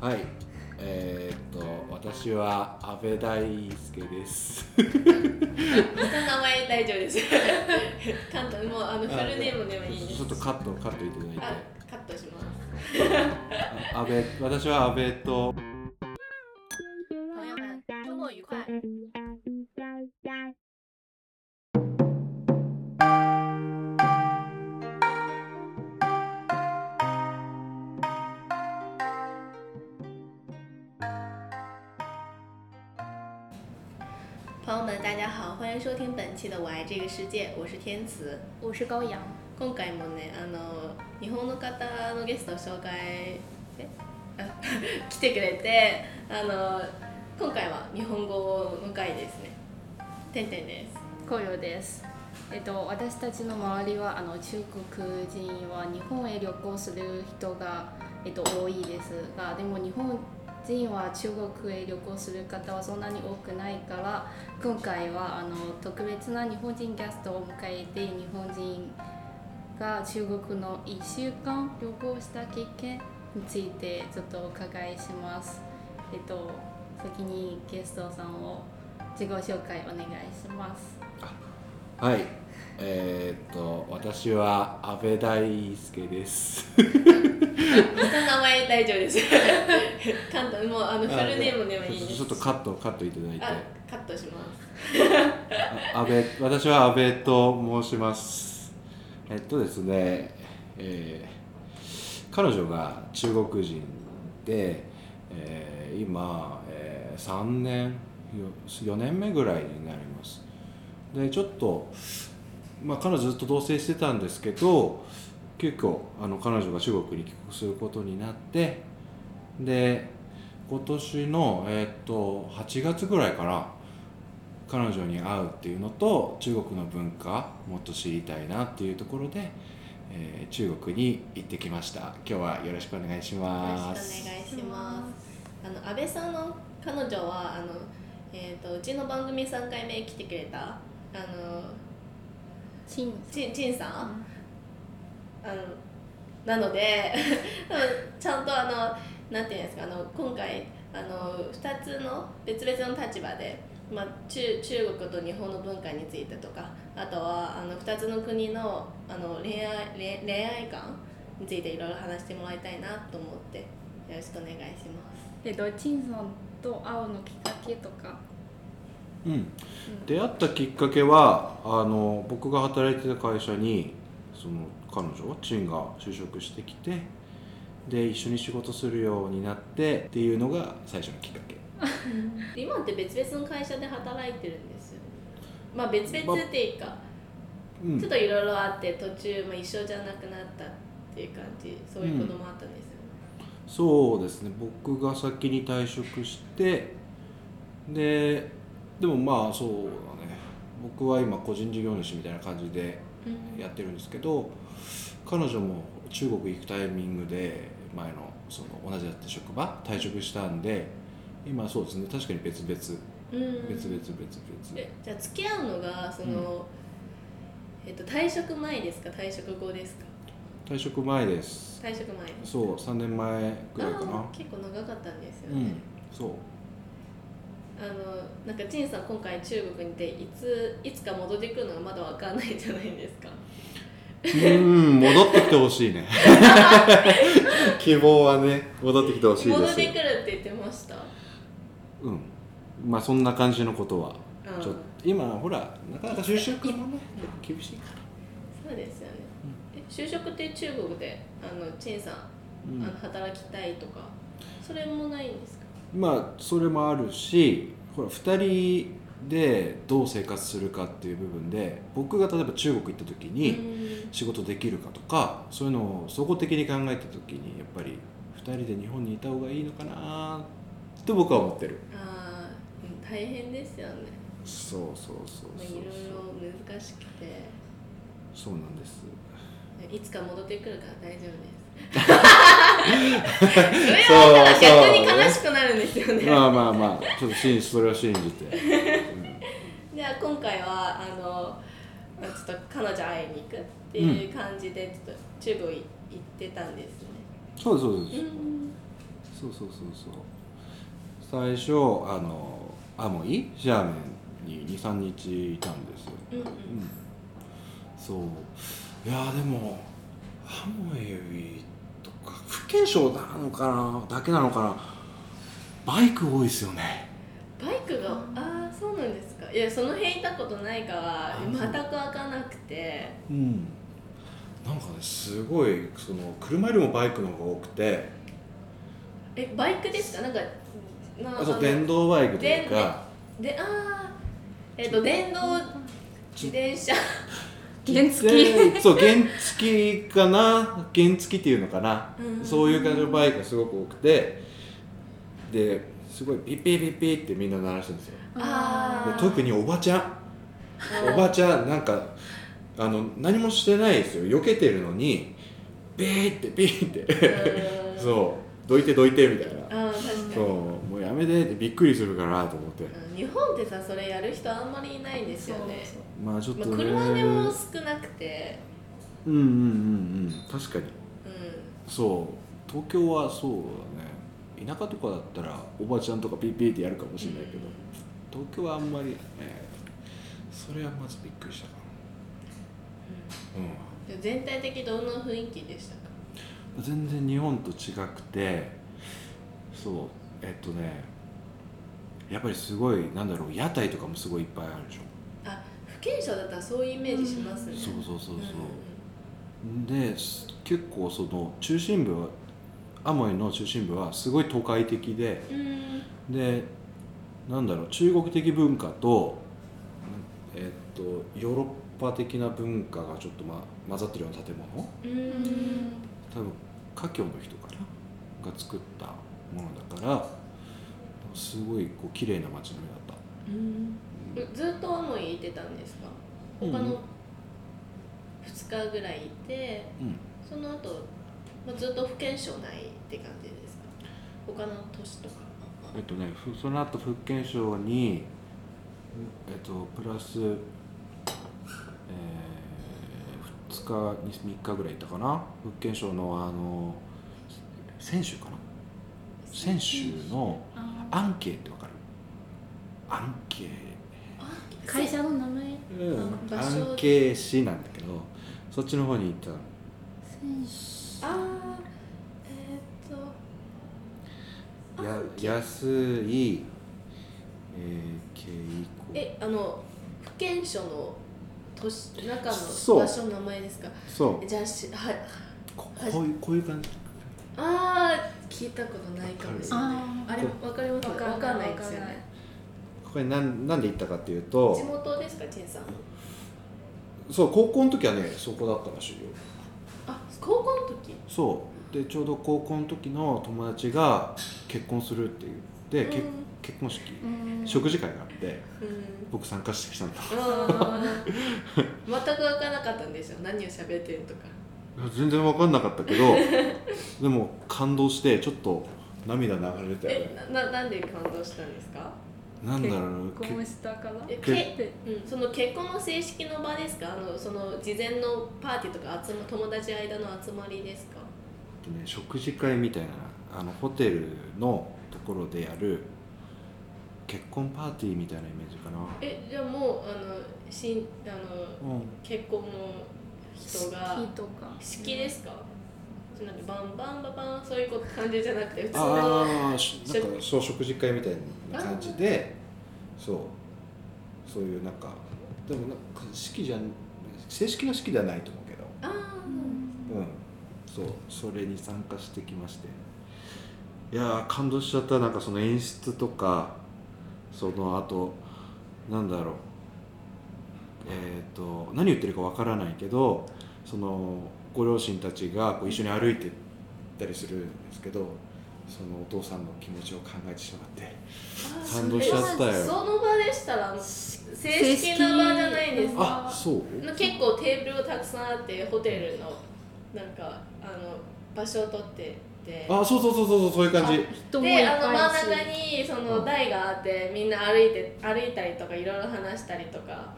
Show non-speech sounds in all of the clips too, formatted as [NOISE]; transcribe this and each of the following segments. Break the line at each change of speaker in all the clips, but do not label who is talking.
はい。えー、っと私は安倍大輔です。
名前大丈夫です。 [LAUGHS] 簡単もうあのフルネームでもいいで
ち
す
ょっ。とカットカットいただいて
あ、カットします。
あ安倍私は安倍と
朋友们，周末愉快。朋友们，大家好，欢迎收听本期的《我爱这个世界》，我是天慈。
我是高阳。
今回もね、あの日本の方のゲストを紹介えあ [LAUGHS] 来てくれて、あの今回は日本語の回ですね。てんてんです。
紅葉です。えっと、私たちの周りはあの中国人は日本へ旅行する人が、えっと、多いですがでも日本人は中国へ旅行する方はそんなに多くないから今回はあの特別な日本人キャストを迎えて日本人が中国の1週間旅行した経験についてちょっとお伺いします。えっと、先にゲストさんを自己紹介お願いします。
はい。えー、っと私は安倍大輔です。
名前大丈夫
[LAUGHS]
です。簡単もうあのフルネームでもいいです。
ちょっとカットカットいただいて
あ、カットします。
あ安倍私は安倍と申します。えっとですね、えー彼女が中国人で、えー今、え3年4年目ぐらいになります。でちょっと、まあ、彼女ずっと同棲してたんですけど急遽あの彼女が中国に帰国することになってで今年の、えっと8月ぐらいから彼女に会うっていうのと中国の文化もっと知りたいなっていうところで、えー中国に行ってきました今日はよろしくお願いし
よろしく
ま
お願い
す
します。あの安倍さんの彼女はあのえっ、とうちの番組三回目来てくれたあの
チン
ちんちんさん。あのなので [LAUGHS] 多分ちゃんとあのなんていうんですかあの今回あの2つの別々の立場で、まあ、中中国と日本の文化についてとかあとはあの2つの国のあの恋愛恋恋愛観についていろいろ話してもらいたいなと思ってよろしくお願いします。
えっと、チンさんと会うのきっかけとか。
うん
うん
出会ったきっかけはあの僕が働いてた会社にその彼女チンが就職してきてで一緒に仕事するようになってっていうのが最初のきっかけ
[LAUGHS] 今って別々の会社で働いてるんですよね。まあ別々っていうか、
うん
ちょっといろいろあって途中、まあ、一緒じゃなくなったっていう感じそういうこともあったんですよね、
そうですね僕が先に退職してででもまあそうだね僕は今個人事業主みたいな感じでやってるんですけど彼女も中国行くタイミングで前のその同じだった職場退職したんで今そうですね確かに別々別
うん
々別々別
えじゃあ付き合うのがその、えっと退職前ですか退職後ですか
々退職前です
退職前
そう3年前くらいかな
あー結構長かったんですよ
う
ね
ん、そう
あのなんか陳さん今回中国にいていついつか戻ってくるのがまだわかんないじゃないですか
うん戻ってきてほし
[LAUGHS]
いね希望はね戻ってきてほしい
戻
で
っ
す
てくるって言ってました
うんまあそんな感じのことは
うん
ちょっと今ほらなかなか就職もね厳しいから、
そうですよね、え就職って中国であの陳さん
うん
あの働きたいとかそれもないんですか
まあそれもあるしほら2人でどう生活するかっていう部分で僕が例えば中国行った時
う
に
ん
仕事できるかとかそういうのを総合的に考えた時にやっぱり2人で日本にいた方がいいのかなと僕は思ってる
あーうん大変ですよね
そうそうそう
まあ
そう
い
そ
ろいうろ難しくて
そうなんです
いつか戻ってくるから大丈夫です
[LAUGHS]
それはだから逆に悲しくなるんですよね
まあまあまあちょっと信じそれを信じて
じゃあ今回はあのまあちょっと彼女会いに行くっていう感じでちょっと中国行ってたんですね
そうですそうです
うん
そうそうそうそう最初あのアモイシャーメンに23日いたんですよ、
うんうん
うん、そういやーでもアモイとか福建省なのかなだけなのかなバイク多いですよね
バイクがああそうなんですかいやその辺いたことないから
あ
全く分かなくて
うんなんかねすごいその車よりもバイクの方が多くて
えバイクですかなんかな
あ
あ
と
の
電動バイクという
電
か
でああえっ、と電動自転車
原付
でそう原付かな原付っていうのかな、
うん
そういう感じのバイクがすごく多くてですごいピッピッピッピッってみんな鳴らしてるんですよ
あ
で
ー
特におばちゃんおばちゃんなんかあの何もしてないですよ避けてるのにビーってビーって
うん
そうどいてどいてみたいな
あー確か
そう
に
もうやめてってびっくりするからと思って
うん日本ってさそれやる人あんまりいないんですよね
まあちょっと
まあ、
ね、
車でも少なくて
うんうんうんうん確かに
うん
そう東京はそうだね田舎とかだったらおばちゃんとかピーピーってやるかもしれないけど、東京はあんまり、ね、それはまずびっくりしたかな、うん、
うん全体的にどんな雰囲気でしたか
全然日本と違くてそうえっとねやっぱりすごいなんだろう屋台とかもすごいいっぱいあるでしょ、
あ不健者だったらそういうイメージしますね、
そうそうそうそう
うん、
です結構その中心部はアモイの中心部はすごい都会的で
うんうん
でなんだろう中国的文化とえっとヨーロッパ的な文化がちょっと、ま、混ざってるような建物
うん
多分華僑の人かなが作ったものだからすごいこう綺麗な街並みだった
うんずっと思いいてたんですか他の2日ぐらいいて
うん
その後、まあ、ずっと不健省内って感じですか他の都市とか
えっとねふその後福建省にえっとプラス、え2日に3日ぐらいいたかな福建省のあの泉州かな泉州の
あ
アンケイってわかるアンケイ
あ
会社の名前
あ場
ア
所
ンケイ市なんだけどそっちの方に行ったの
選
ああえー、っと
や
あ
安い、えー、稽古
えあの不健所の都市中
そう
の場所の名前ですか
そう
じゃあしはい
ここういうこういう感じ
あー聞いたことないかもしれない
あー
あれわかります
わ
わ
かんない
かんないですよ
わかんない
ね
ここになんなんで行ったかっていうと
地元ですか陳さん
そう高校の時はねそこだったらしいよ
あ高校の時
そうでちょうど高校の時の友達が結婚するって言って、け
うん
結婚式、
うん
食事会があって
うん
僕参加してきたんだ
あー全くわからなかったんですよ何を喋ってるとか
全然分かんなかったけ
[LAUGHS]
どでも感動してちょっと涙流れてたよ
え
ね
なななんで感動したんですか
なんだろう
結婚したから
え
け
け、うん、その結婚の正式の場ですかあのその事前のパーティーとか集ま友達間の集まりですか
でね食事会みたいなあのホテルのところでやる結婚パーティーみたいなイメージかな
えじゃあもうあのしんあの
うん
結婚の人が
好きとか
式ですか、なんかバンバンバンバンそういうこと感じじゃなくて普通の
ああしなんかそう食事会みたいな感じでそうそういうなんかでもなんか式じゃん正式な式ではないと思うけど
あー
うん
うんそうそれに参加してきましていやー感動しちゃったなんかその演出とかそのあとなんだろうえっ、と何言ってるかわからないけどそのご両親たちがこう一緒に歩いてったりするんですけどそのお父さんの気持ちを考えてしまって
あー
感動しちゃったよ
えその場でしたら正式な場じゃないですか
あそう
結構テーブルをたくさんあってホテルのなんかあの場所を取ってて
あそうそうそうそうそうそういう感じ
あ人もいっ
であ
ぱ
の真ん
い
中
し
にその台があってみんな歩いて歩いたりとかいろいろ話したりとか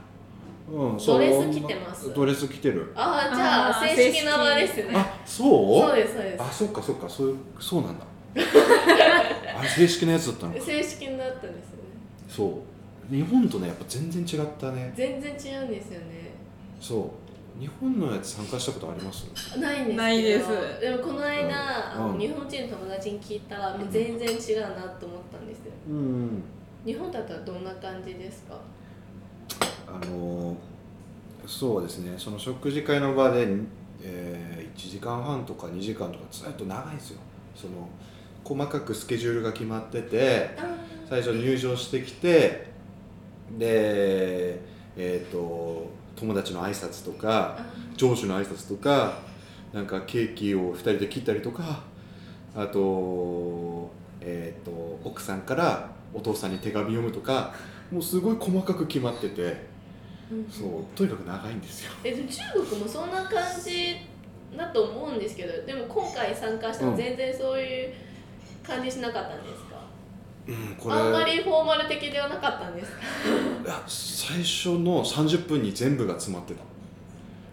うんそう
ドレス着てます
ドレス着てる
ああじゃあ
あー
正式な場ですね
あそう
そうですそうです
あそっかそっかそういうそうなんだあれ正式なやつだったのか
正式になったんですよね
そう日本とねやっぱ全然違ったね
全然違うんですよね
そう日本のやつ参加したことあります
ないんですけど
ないです
でもこの間、
うん
あの日本人の友達に聞いたらもう全然違うなと思ったんですよ
うん
日本だったらどんな感じですか
あのそうですねその食事会の場で、えー1時間半とか2時間とかずっと長いんですよその細かくスケジュールが決まってて最初入場してきてでえっ、と友達の挨拶とか
あ
上司の挨拶とかなんかケーキを2人で切ったりとかあと,、えー、と奥さんからお父さんに手紙読むとかもうすごい細かく決まってて
うん
そうとにかく長いんですよ
えっと中国もそんな感じだと思うんですけどでも今回参加したの全然そういう感じしなかったんですか、
うんこれ
あんまりフォーマル的ではなかったんですか
いや最初の30分に全部が詰まってた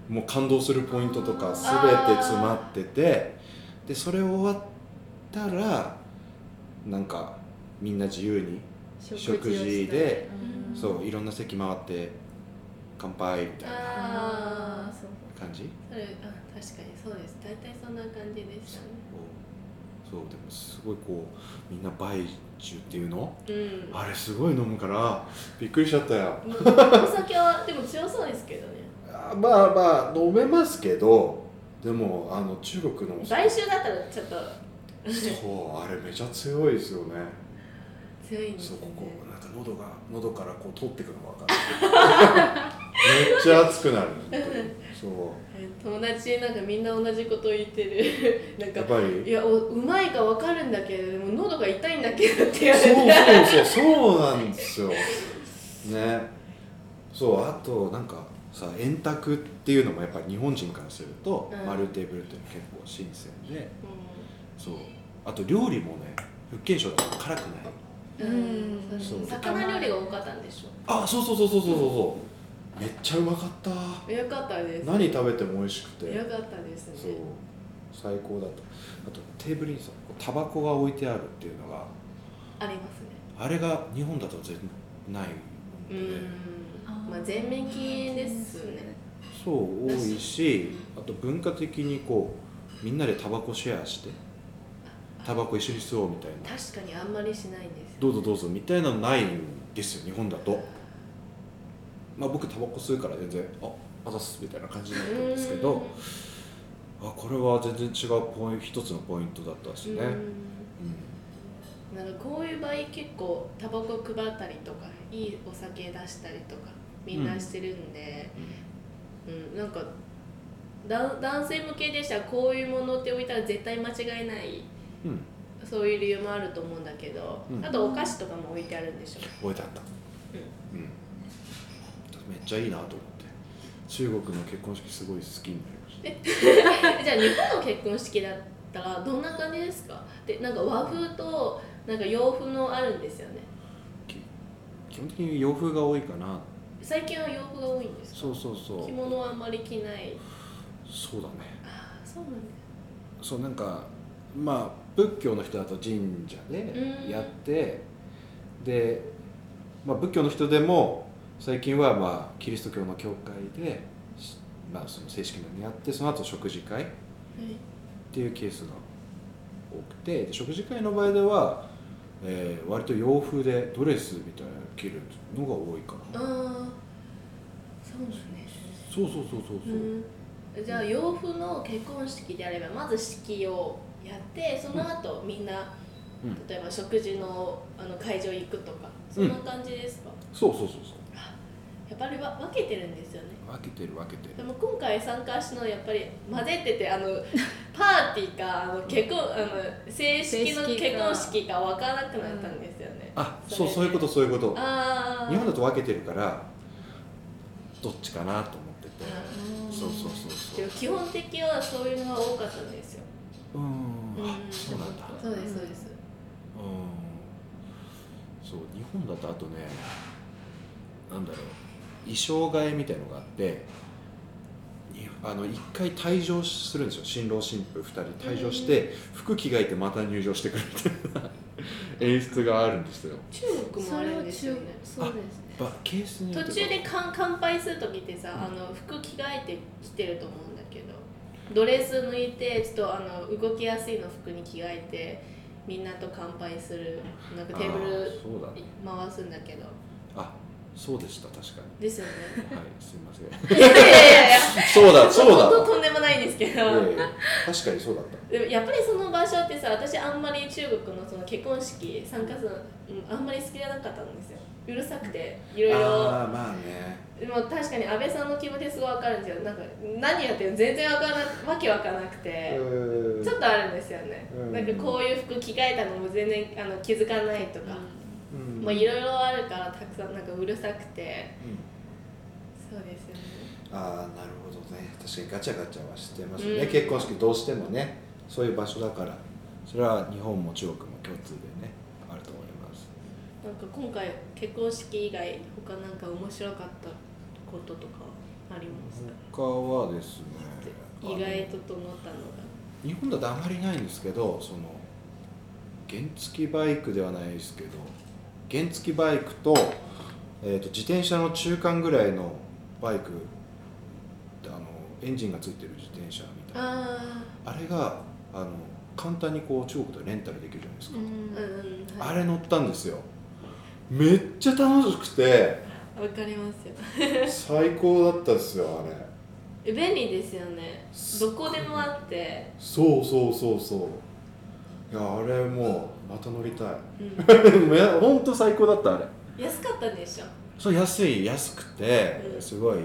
もう感動するポイントとか全て詰まっててでそれ終わったらなんかみんな自由に食事で
うん
そういろんな席回って乾杯みたいな
ああ
あそう
感じ
それあ確かにそうです大体そんな感じでしたね
そうでもすごいこうみんなバイチュっていうの
うん
あれすごい飲むからびっくりしちゃったよ
まあお酒はでも強そうですけどね
あまあまあ飲めますけどでもあの中国の
買収だったらちょっと
そうあれめちゃ強いですよね
強いんです
そう
よね
ここなんか喉が喉からこう通ってくるのが分かるめっちゃ熱くなる本当にそう
え友達なんかみんな同じこと言って [LAUGHS] るなん
やっ
か
ぱ
い
り
やおうまいかわかるんだけどでも喉が痛いんだけどって言われ
そう
て [LAUGHS]
そうそうそうなんですよねそうあとなんかさ円卓っていうのもやっぱり日本人からすると、
うん
丸テーブルっていうのは結構新鮮でそうあと料理もね福建省だと辛くない
うん、
うん
そう
魚料理が多かったんでし
あそうそうそうそうそうそうそうめっちゃうまかった
ょよかったです
何食べても美味しくて
よかったですね
そう最高だとあとテーブルにさタバコが置いてあるっていうのが
ありますね
あれが日本だと全然ない
うん
で、
んまあ全面禁煙ですね
そう多いしあと文化的にこうみんなでタバコシェアしてタバコ一緒に吸おうみたいな
確かにあんまりしないんですよ
どうぞどうぞみたいなのないんですよ日本だとまあ僕タバコ吸うから全然ああざっすみたいな感じになったんですけど、あこれは全然違うポイント一つのポイントだったし
うん
ね、
うんなんかこういう場合結構タバコ配ったりとかいいお酒出したりとかみんなしてるんで、うんなんかだ男性向けでしたらこういうものって置いたら絶対間違いない
うん、うん、
そういう理由もあると思うんだけど、
うん
あとお菓子とかも置いてあるんでしょ
覚えてあった、うんめっちゃいいなと思って中国の結婚式すごい好きになりました
[LAUGHS] えじゃあ日本の結婚式だったらどんな感じですかでなんか和風となんか洋風のあるんですよね
基本的に洋風が多いかな
最近は洋風が多いんですか
そうそうそう
着物はあんまり着ない
そうだね
ああそうなんだ
そうなんかまあ仏教の人だと神社
うん
でやってで、まあ、仏教の人でも最近はまあキリスト教の教会で、しまあ、その正式なのやってその後食事会っていうケースが多くてで食事会の場合では、えー割と洋風でドレスみたいなの着るのが多いか
あ
な
あそうなんですね
そうそうそうそうそう、
うん、じゃあ洋風の結婚式であればまず式をやってその後みんな、
うん
例えば食事のあの会場行くとかそんな感じですか、
そうそうそうそう
やっぱりわ分けてるんですよね
分けてる分けて
で
る
も今回参加したのはやっぱり混ぜててあのパーティーかあの結婚あの正式の
正式
結
か
婚式か分からなくなったんですよね、
あ
そ
そう
れ
そういうことそういうこと
ああ
日本だと分けてるからどっちかなと思っててそうそうそう
でも基本的はそういうのが多かったんですよ
そううん
うん
あそうなんだ
そうですそうです、
うんそう日本だとあとねなんだろう衣装替えみたいのがあって日あの一回退場するんですよ新郎新婦2人退場して服着替えてまた入場してくるみたいな [LAUGHS] 演出があるんですよ
中国も
そ
あ
れ
る
を
んです
中
よね
そうですね
ばケースによ
途
って
中で乾乾杯する時ってさ、あの服着替えてきてると思うんだけどドレス抜いてちょっとあの動きやすいの服に着替えてみんなと乾杯するなんかテーブ
あ
ル
ーそうだね
回すんだけど
あそうでした確か
[LAUGHS] ですよね
にはいすいません
いやいやいや
そうだそうだ
本当とんでもないんですけど、
ええ確かにそうだった
でもやっぱりその場所ってさ私あんまり中国のその結婚式参加するの、うん、あんまり好きじゃなかったんですようるさくていろいろ
ああまあね
でも確かに安倍さんの気持ちすごい分かるんですよなんか何やってるの全然わからなわけわからなくて、
う
ちょっとあるんですよね、
うん
なんかこういう服着替えたのも全然あの気づかないとか、
ん
まあいろいろあるからたくさんなんかうるさくて
うん
そうですよね
ああなるほどね確かにガチャガチャはしてますよね、
うん
結婚式どうしてもねそういう場所だからそれは日本も中国も共通でねあると思います
なんか今回結婚式以外他なんか面白かったこととかありますか、
他はですね
意外
あ
とと思ったのが
の日本だとあまりないんですけどその原付バイクではないですけど原付バイクと,、えー、と自転車の中間ぐらいのバイクあのエンジンがついてる自転車みたいな
あ
あれがあの簡単にこう中国でレンタルできるじゃないですか、
あうん
あ
はい
れ乗ったんですよめっちゃ楽しくて
[LAUGHS] わかりますよ
最高だったですよあれ
便利ですよね
す
どこでもあって、
そうそうそうそういやあれもうまた乗りたい
うん
めほんと最高だったあれ
安かったんでしょ
そう安い安くて
うん
すごい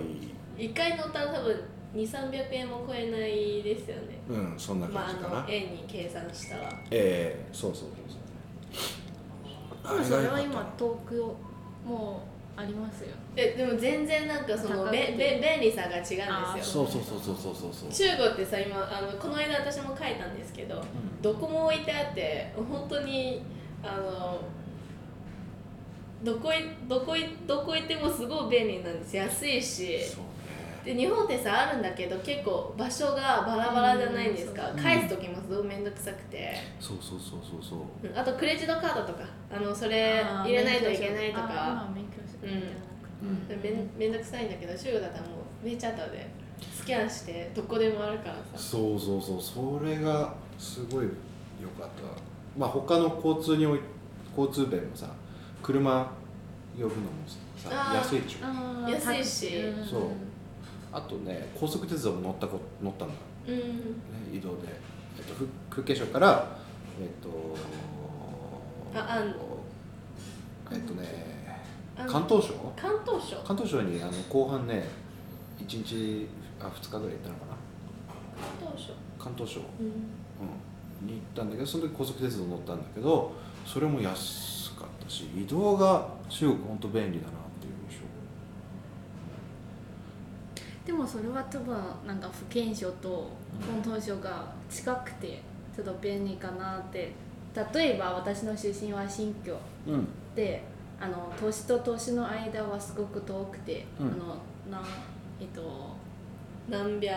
一回乗ったら多分2 3 0 0円も超えないですよね
うんそんな
まあ
感じかな、
あの円に計算したら
ええそうそうそうそう
でもそれは
あが良か
今
った
東京もうありますよ
ででも全然なんかその
高く
べ
て
べ便利さが違うんですよ
あ
そうそうそうそうそうそうそう
中国ってさ今あのこの間私も書いたんですけど
うん
どこも置いてあって本当にあのどこいどこいどこ行ってもすごい便利なんです安いし
そうね
で日本ってさあるんだけど結構場所がバラバラじゃないですか
うん
返す時もすごい面倒くさくて、
そうそうそうそうそう
うんあとクレジットカードとかあのそれ入れないといけないとか
あー免許証あー今は免許証みたいな
うん
めんめんどくさいんだけど中国だったらもうめっちゃ後でスキャンしてどこでもあるからさ
そうそうそうそれがすごい良かったまあ他の交通におい交通弁もさ車呼ぶのもさ
あー
安いでしょ
あー
安いし
うん
そうあとね高速鉄道も乗ったこ乗ったんだよ
うん
ね移動で、えっと、ふ福建省からえっと
ああん
えっとね
あの
広東省
広東省
広東省にあの後半ね1日あ2日ぐらい行ったのかな
広東省
広東省
うん
うん、に行ったんだけどその時高速鉄道乗ったんだけどそれも安かったし移動が中国本当便利だなっていう印
でもそれは多分なんか福建省と広東省が近くてちょっと便利かなって例えば私の出身は新疆
象うん
であの都市と都市の間はすごく遠くて、
うん
あのなんえっと
南米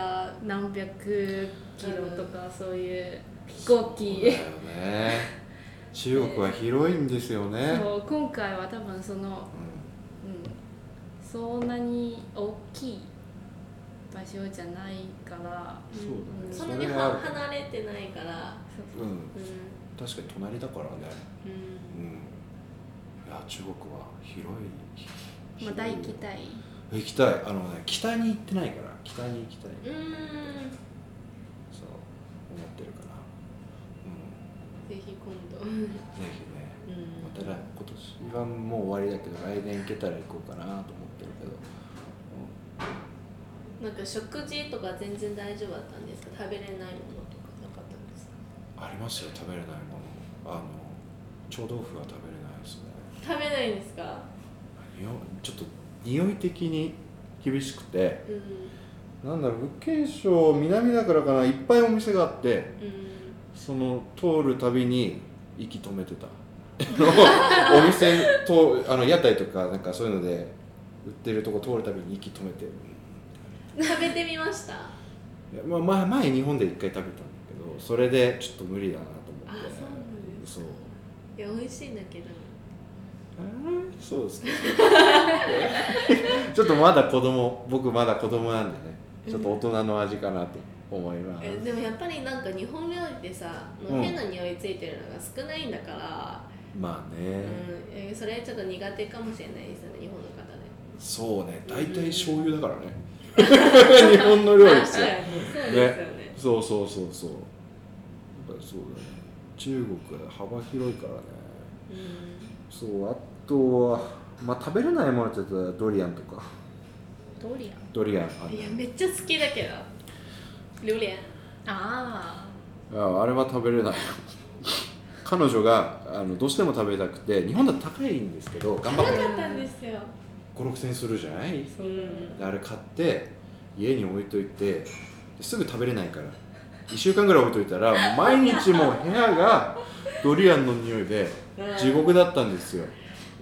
何百キロとかそういう飛行機
だよね中国は広いんですよね、
そう今回は多分その、うん、そんなに大きい場所じゃないから
うん、そ
そう
だね
んなに
れがあ
は
る
離れてないから
そう
うん
う
確かに隣だからね
んうん
うんいや中国は広い
まあ、大期待
行きたいあのね北に行ってないから北に行きたい
うん
そう思ってるからう
ぜひ今度うん
んぜひねまた来今年はもう終わりだけど来年行けたら行こうかなと思ってるけど、
なんか食事とか全然大丈夫だったんですか食べれないものとかなかったんですか
うんありますよ食べれないものあの超豆腐は食べれないですね
食べないんですか
におちょっと匂い的に厳しくて
うん
なんだろう福建省南だからかないっぱいお店があって
うん
その通るたびに息止めてた [LAUGHS] あのお店とあの屋台とかなんかそういうので売ってるとこ通るたびに息止めて
食べてみました
いやまあ、まあ前日本で一回食べたんだけどそれでちょっと無理だなと
あ
思って
そうなんです
そう
かいや美味しいんだけど
えーそうですね [LAUGHS] ちょっとまだ子供僕まだ子供なんでねちょっと大人の味かなと思います、
えでもやっぱりなんか日本料理ってさあの
うん
変な匂いついてるのが少ないんだから、
まあね、
うんえそれちょっと苦手かもしれないですよね日本の方で
そうね大体醤油だからね [LAUGHS] 日本の料理ですよ
はいそうですよね
そうそうそうそうやっぱりそうだね中国は幅広いからね
うん
そうあとはまあ食べれないものって言ったらドリアンとか
ドリアン
ドリアンあ
いやめっちゃ好きだけど榴蓮
あ
ああれは食べれない彼女があのどうしても食べたくて日本だと高いんですけど頑張
高
って
かったんですよ
56000円するじゃないで
うん
あれ買って家に置いといてですぐ食べれないから1週間ぐらい置いといたらもう毎日もう部屋がドリアンの匂いで
うん
地獄だったんですよ、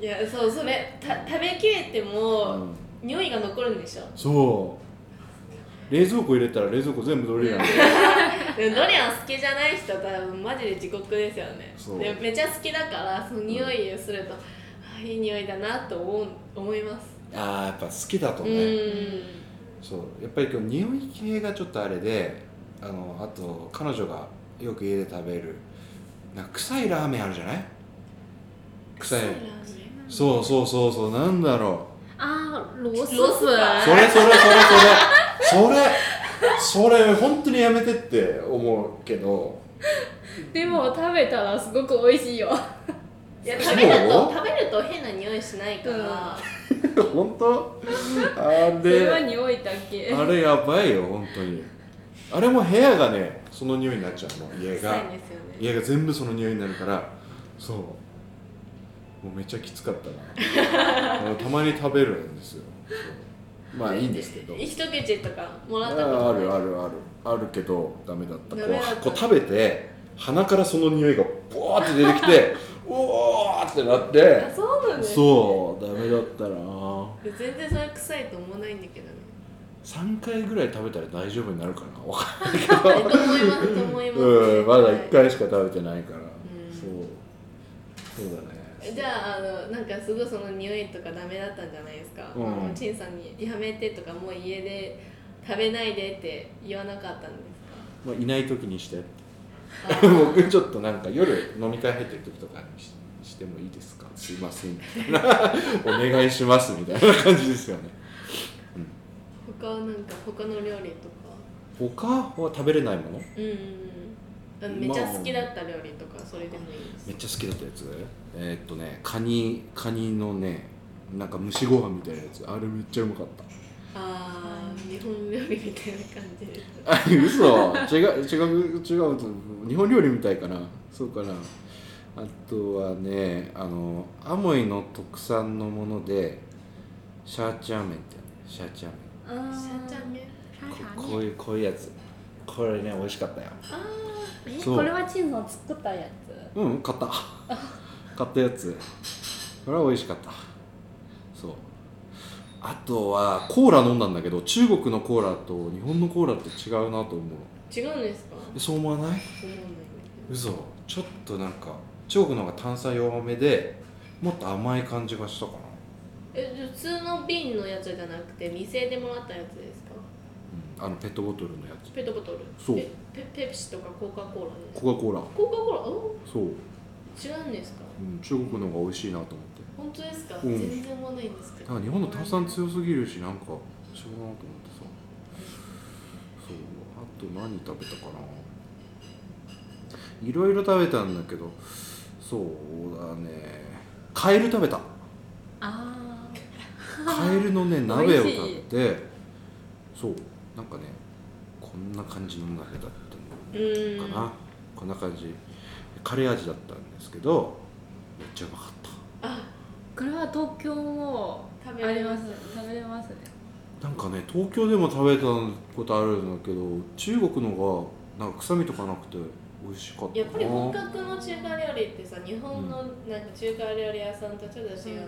いやそうそれた食べきれて
う
も、
ん、
匂いが残るんでしょ
そう冷蔵庫入れたら冷蔵庫全部ドリアンで
でもドリアン好きじゃない人多分マジで地獄ですよね
そう
でめちゃ好きだからその匂いをすると、あいい匂いだなと思う思います
ああやっぱ好きだと
う
ね、
ん
そうやっぱり今日匂い系がちょっとあれであのあと彼女がよく家で食べるなんか臭いラーメンあるじゃない臭い
ラーメ
そうそうそうそうなんだろ
ーあーロース
ロース
う
粉
それそれそれそれそれそれ本当にやめてって思うけど [LAUGHS]
でも食べたらすごく美味しいよ
ンいや食べる
そう
と食べると変な匂いしないから、
本当あ
それは
れ
匂いだけ
あれやばいよ本当にあれも部屋がねその匂いになっちゃうの家が
臭いんですよね
家が全部その匂いになるからそうもうめっちゃきつかったなあ
[LAUGHS]
のたまに食べるんですよそうまあいいんですけど
一口とかもら
あ
った
あ
こと
る
ない
あるあるあるけどダメだったこ
ダメだった
うこう食べて鼻からその匂いがボワーって出てきて [LAUGHS] うおーってなって
あそうなんです
そうダメだったな
全然それ臭いと思わないんだけど
[LAUGHS]
ね
3回ぐらい食べたら大丈夫になるかなわかんない
と思いますと思います、
うんまだ1回しか食べてないから、
ん
そうそうだね
じゃああのなんかすごいその匂いとかダメだったんじゃないですか、
うん
あの陳さんに「やめて」とか「もう家で食べないで」って言わなかったんで
まあ、いない時にして
すか
[LAUGHS] 僕ちょっとなんか夜飲み会入ってる時とかにししてもいいですかすいません [LAUGHS] みたいなお願いしますみたいな感じですよね
他はなんか他の料理とか
他は食べれないもの
うんうんうんあのめっちゃ好きだった料理とかそれでもいいです、
めっちゃ好きだったやつえーっとねカニカニのねなんか蒸しご飯みたいなやつあれめっちゃうまかった
ああ日本料理みたいな感じです
あ嘘違う違う違う日本料理みたいかなそうかなあとはねあのアモイの特産のものでシャーチャーメンってシャーチャーメ
あー
シャンチャン麺
ンここういうこういうやつこれね美味しかったよ
ああ
え
そう
これはチンの作ったやつ
うん買った
[LAUGHS]
買ったやつこれは美味しかったそうあとはコーラ飲んだんだけど中国のコーラと日本のコーラって違うなと思う
違うんですか
えそう思わない
思わないんだけ
嘘ちょっとなんか中国の方が炭酸弱めでもっと甘い感じがしたかな、
どえじゃあ普通の瓶のやつじゃなくて店でもらったやつですか
うん、あのペットボトルのやつ
ペットボトル
そう
ペペペプシとかコカ・コーラですか
コカ・コーラ
コカ・コーラお
そう、
違うんですか
うん、中国の方が美味しいなと思って
本当ですか、
うん
全然思わないんですけど
なんか日本の炭酸強すぎるしなんかしょうがなと思ってさそうあと何食べたかないろいろ食べたんだけどそうだねカエル食べた
あ
カエルのね
美
鍋を
味しい
食べてそうなんかねこんな感じの鍋だった
うー
の
ん
かな、こんな感じカレー味だったんですけどめっちゃうまかっ
あ
これは東京も
食べ
あ
ら
り
れ
ま
ます
す食べれますね
たなんかね東京でも食べたことあるんだけど中国のがなんか臭みとかなくて美味しかったな
やっぱり本格の中華料理ってさ日本のなんか中華料理屋さんとちょっと違うんですよね、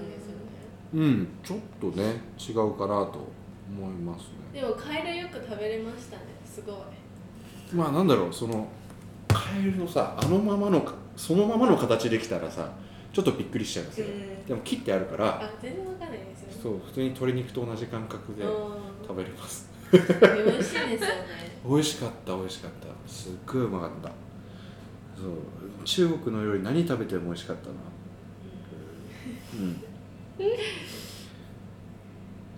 うんちょっとね違うかなと思いますね
でもカエルよく食べれましたねすごい
まあなんだろうそのカエルのさあのままのそのままの形できたらさちょっとびっくりしちゃうんですよ、
うん
でも切ってあるから
あ全然わかんないですよね
そう普通に鶏肉と同じ感覚で
う
食べれます
ん美味しいですよね
美味しかった美味しかったすっごいうまかったそう中国の料理何食べても美味しかったなうん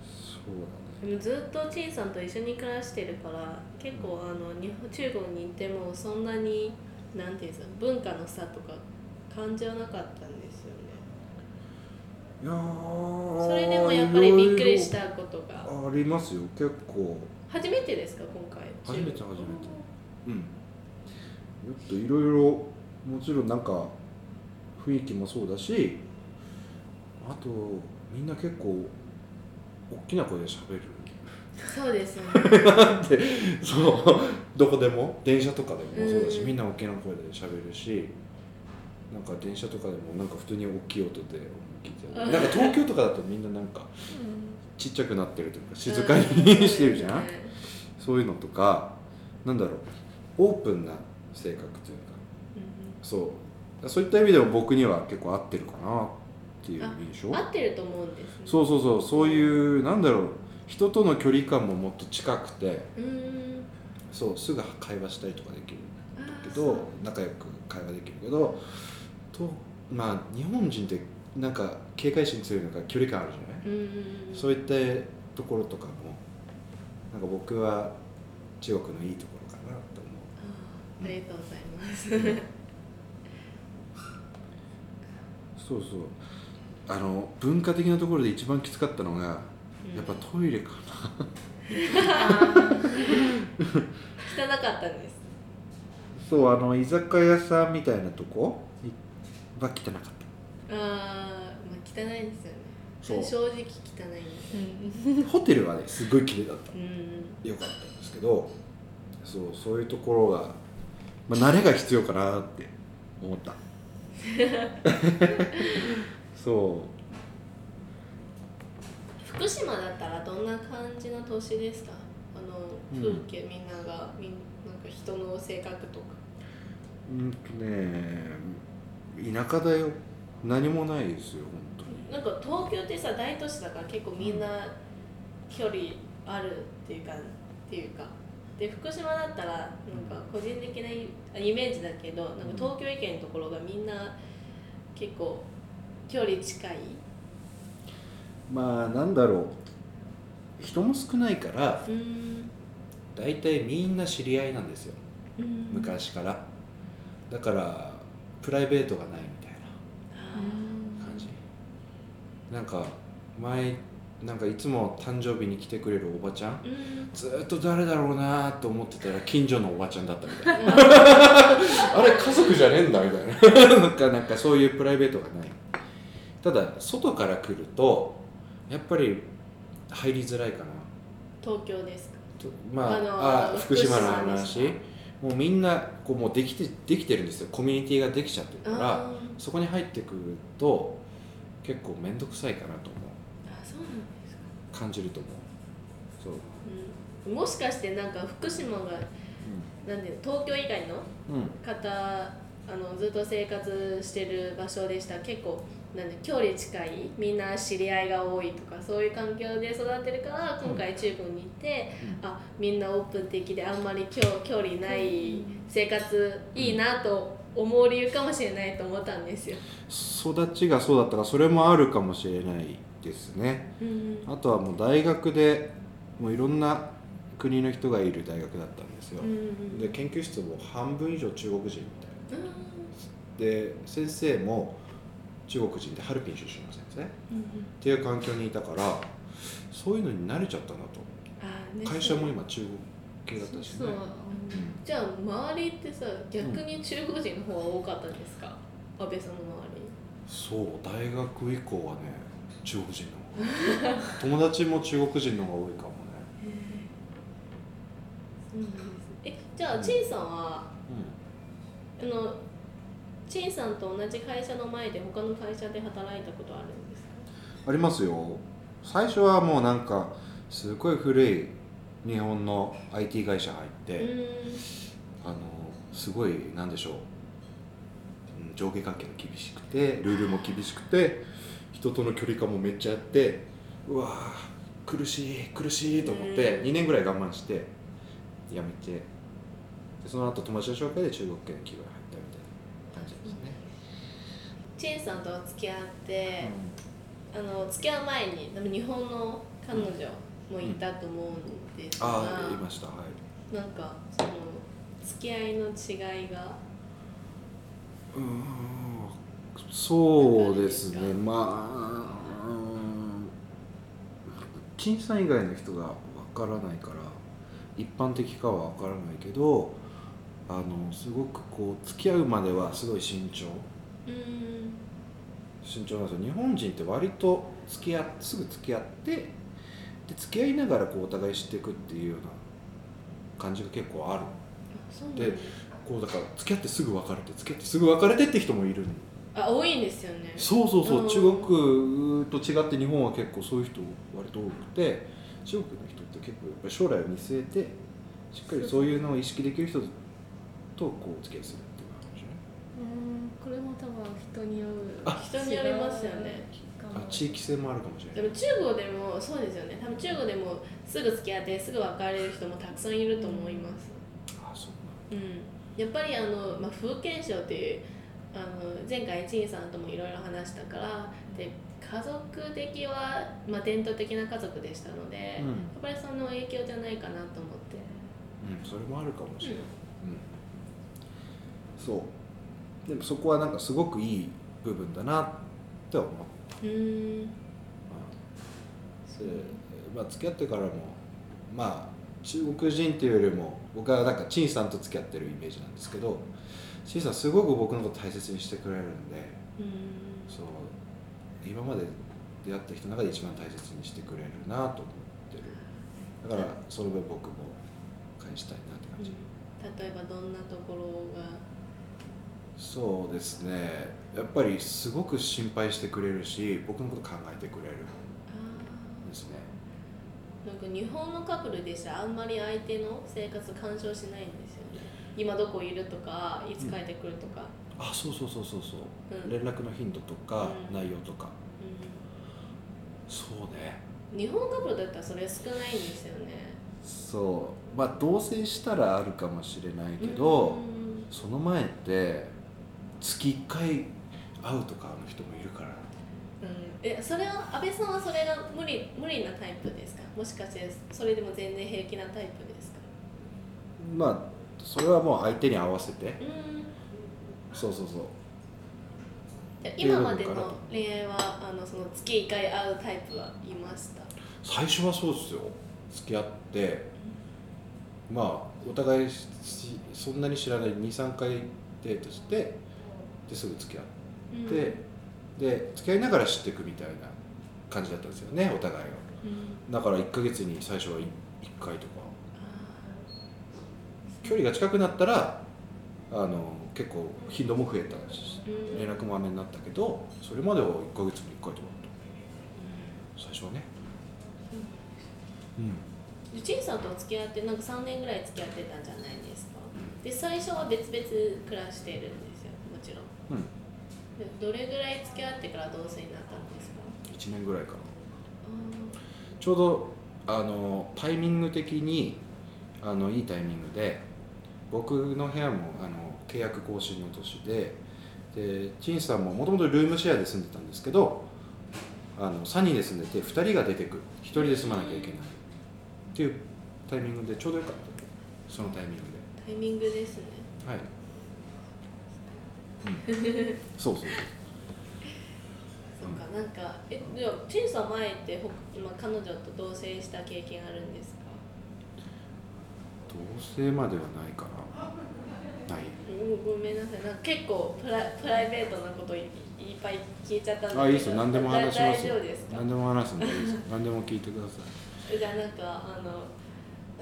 そうだね
でもずっと陳さんと一緒に暮らしてるから結構あの日本中国に行ってもそんなになんていうんですか文化の差とか感じはなかったんですよね
いやー
それでもやっぱりびっくりし
い
たことが
ろいろありますよ結構
初めてですか今回
初めて
中国
初めてうんもっといろいろもちろんなんか雰囲気もそうだしあとみんな結構大きな声で喋る
そうですよね
[LAUGHS] そうどこでも電車とかでもそうだし、
うん
みんな大きな声で喋るしなんか電車とかでもなんか普通に大きい音で聞いてるなんか東京とかだとみんななん [LAUGHS] かちっちゃくなってるというか静かにしてるじゃん、
うそうですね
そういうのとかなんだろうオープンな性格というかそうそういった意味でも僕には結構合ってるかなっていう印象
うん合ってると思うんですね
そうそうそうそういうなんだろう人との距離感ももっと近くて
うーん
そうすぐ会話したりとかできる
あー
け
そう
ど仲良く会話できるけどとまあ日本人ってなんか警戒心強いのか距離感あるじゃない、
うんうんうん
そういったところとかもなんか僕は中国のいいところかなと思う
あーありがとうございます
そうそうあの文化的なところで一番きつかったのがやっぱ
うん
トイレか
汚かったんです
そうあの居酒屋さんみたいなとこは汚かった
あー、まあ汚いですよ
そ
ね
う
正直汚いんです
ホテルはねすごい綺麗だった
うん
良かったんですけどそうそういうところが、まあ、慣れが必要かなって思った [LAUGHS] そう
福島だったらどんな感じの都市ですかあの風景、みんながみんなんか人の性格とか
うんとね田舎だよ何もないですよ本
なんか東京ってさ大都市だから結構みんな距離あるっていうかっていうかで福島だったらなんか個人的なイあイメージだけどなんか東京以外のところがみんな結構距離近い、
当にまあなんだろう人も少ないから
うん、
大体みんな知り合いなんですよ昔からだからプライベートがないみたいな
あ
感じなんか前なんかいつも誕生日に来てくれるおばちゃん
[LAUGHS] ーうん
ずーっと誰だろうなーと思ってたら近所のおばちゃんだったみたいな [LAUGHS] あれ家族じゃねえんだみたい [LAUGHS] ななんかなんかそういうプライベートがないただ外から来るとやっぱり入りづらいかな
東京ですか
とまあ、
あの
あ
ー
福島の
福島です
話
か
もうみんなこうもうできてできてるんですよコミュニティができちゃってるから
あ
そこに入ってくると結構面倒くさいかなと思
ーあそうなんですか、
う感じると思うそう、
うん、もしかしてなんか福島がなんで東京以外の
うんうん、
方あのずっと生活してる場所でした結構なんで距離近いみんな知り合いが多いとかそういう環境で育ってるから今回中国に行って、あみんなオープン的であんまり距距離ない生活いいなと思う理由かもしれないと思ったんですよ。
育ちがそうだったからそれもあるかもしれないですね
うん
あとはもう大学でもういろんな国の人がいる大学だったんですよ
うんう、ん
で研究室も半分以上中国人みたい
うん
なで先生も中国人でハルピン出身の先生っ
うん
ていう環境にいたからそういうのに慣れちゃったなと思
あー
う
ね
会社も今中国系だったしね
そう
じゃあ周りってさ逆に中国人の方が多かったんですか、安倍さんの
そ
周り
う大学以降はね中国人の方が友達も中国人の方が多いかもね、
えじゃあ陳さんは
う
あの陳さんと同じ会社の前で他の会社で働いたことあるんです
ん、
か
ありますよ最初はもうなんかすごい古い日本の IT 会社入っ
う
て、
ん
あのすごいなんでしょううん上下関係も厳しくてルールも厳しくて人との距離感もめっちゃあってうわー苦しい苦しいと思って
うん
2年ぐらい我慢して辞めてでその後友達の紹介で中国系の企業に入ったみたいな感じですね。
チェンさんとお付き合って、あの付き合う前にでも日本の彼女もいたと思うんですが、
ああいましたはい
なんかその付き合いの違いが
うーんそうですねまあうーん陳さん以外の人がわからないから一般的かはわからないけどあのすごくこう付き合うまではすごい慎重
うん
慎重なんですよ日本人って割と付き合っすぐ付き合ってで付き合いながらこうお互い知っていくっていうような感じが結構ある
そうなんだ
でこうだから付き合ってすぐ別れて付き合ってすぐ別れてって人もいるんで
あ多いんですよね
そうそうそう、
うん
中国と違って日本は結構そういう人割と多くて中国の人って結構やっぱり将来を見据えてしっかりそういうのを意識できる人とこうお付き合いするっていう感じね
うんこれも多分人による
あ
人によりますよね
違うかも
あ地域性もあるかもしれ
で
な
も
い
中国でもそうですよね多分中国でもすぐ付き合ってすぐ別れる人もたくさんいると思います
あそう
うん、やっぱりあの、まあ、風景賞っていうあの前回陳さんともいろいろ話したからで家族的は、まあ、伝統的な家族でしたので、
なん
や
だ
っぱりその影響じゃないかなと思って。
うん、うん、それもあるかもしれない、うんそうでもそこはなんかすごくいい部分だなって思った
うーん
でまあ、付き合ってからもまあ中国人っていうよりも僕はなんか陳さんと付き合ってるイメージなんですけど陳さんすごく僕のこと大切にしてくれるんで
うーん
そう今まで出会った人の中で一番大切にしてくれるなと思ってるだからその分僕も返したいなって
う
感じ、
ん例えばどんなところが
そうですねやっぱりすごく心配してくれるし僕のこと考えてくれるん
あ
ですね
ーなんか日本のカップルでしたらあんまり相手の生活干渉しないんですよね今どこいるとかいつ帰ってくるとか、
あそうそうそうそうそう
うん
連絡の頻度とか
うん
内容とか、
うん
そうね
日本カップルだったらそれ少ないんですよね
そうまあ同棲したらあるかもしれないけど、
うん
その前って月1回会うとかの人もいるから
えそれは安倍さんはそれが無理無理なタイプですかもしかしてそれでも全然平気なタイプですか
まあそれはもう相手に合わせて
うん
そうそうそう
じゃあ
ていう
今
の
ま
かな
での恋愛はあのその月1回会うタイプはいました
最初はそうですよ付き合ってまあお互いしそんなに知らない23回デートしてですぐ付き合って
うん
でで付き合いながら知っていくみたいな感じだったんですよねお互いは
うん
だから1ヶ月に最初は 1, 回とか
あ
距離が近くなったらあの結構頻度も増えたし
ーうん
連絡も雨になったけどそれまでは1ヶ月に1回とか
う
最初はね
ん
うん
で陳さんとお付き合ってなんか3年ぐらい付き合ってたんじゃないですかで最初は別々暮らしてるんですよもちろん
うん
でどれぐらい付き合ってから同棲になったんですか
1年ぐらいかなちょうどあのタイミング的にあのいいタイミングで僕の部屋もあの契約更新の年でで陳さんももともとルームシェアで住んでたんですけどあの3人で住んでて2人が出てくる1人で住まなきゃいけないっていうタイミングでちょうどよかったそのタイミング
タイミングですね
ではい、うん、そうそう
そっかなんかえでも陳さん前ってほ、まあ、彼女と同棲した経験あるんですか
同棲まではないかなない
うんごめんなさいなんか結構プラプライベートなこといいっぱい聞いちゃったんですけど
あいいですよ何でも話しま
だ
す
大丈
よ
夫ですか
何でも話すんでいいですよ何でも聞いてください
じゃあなんかあの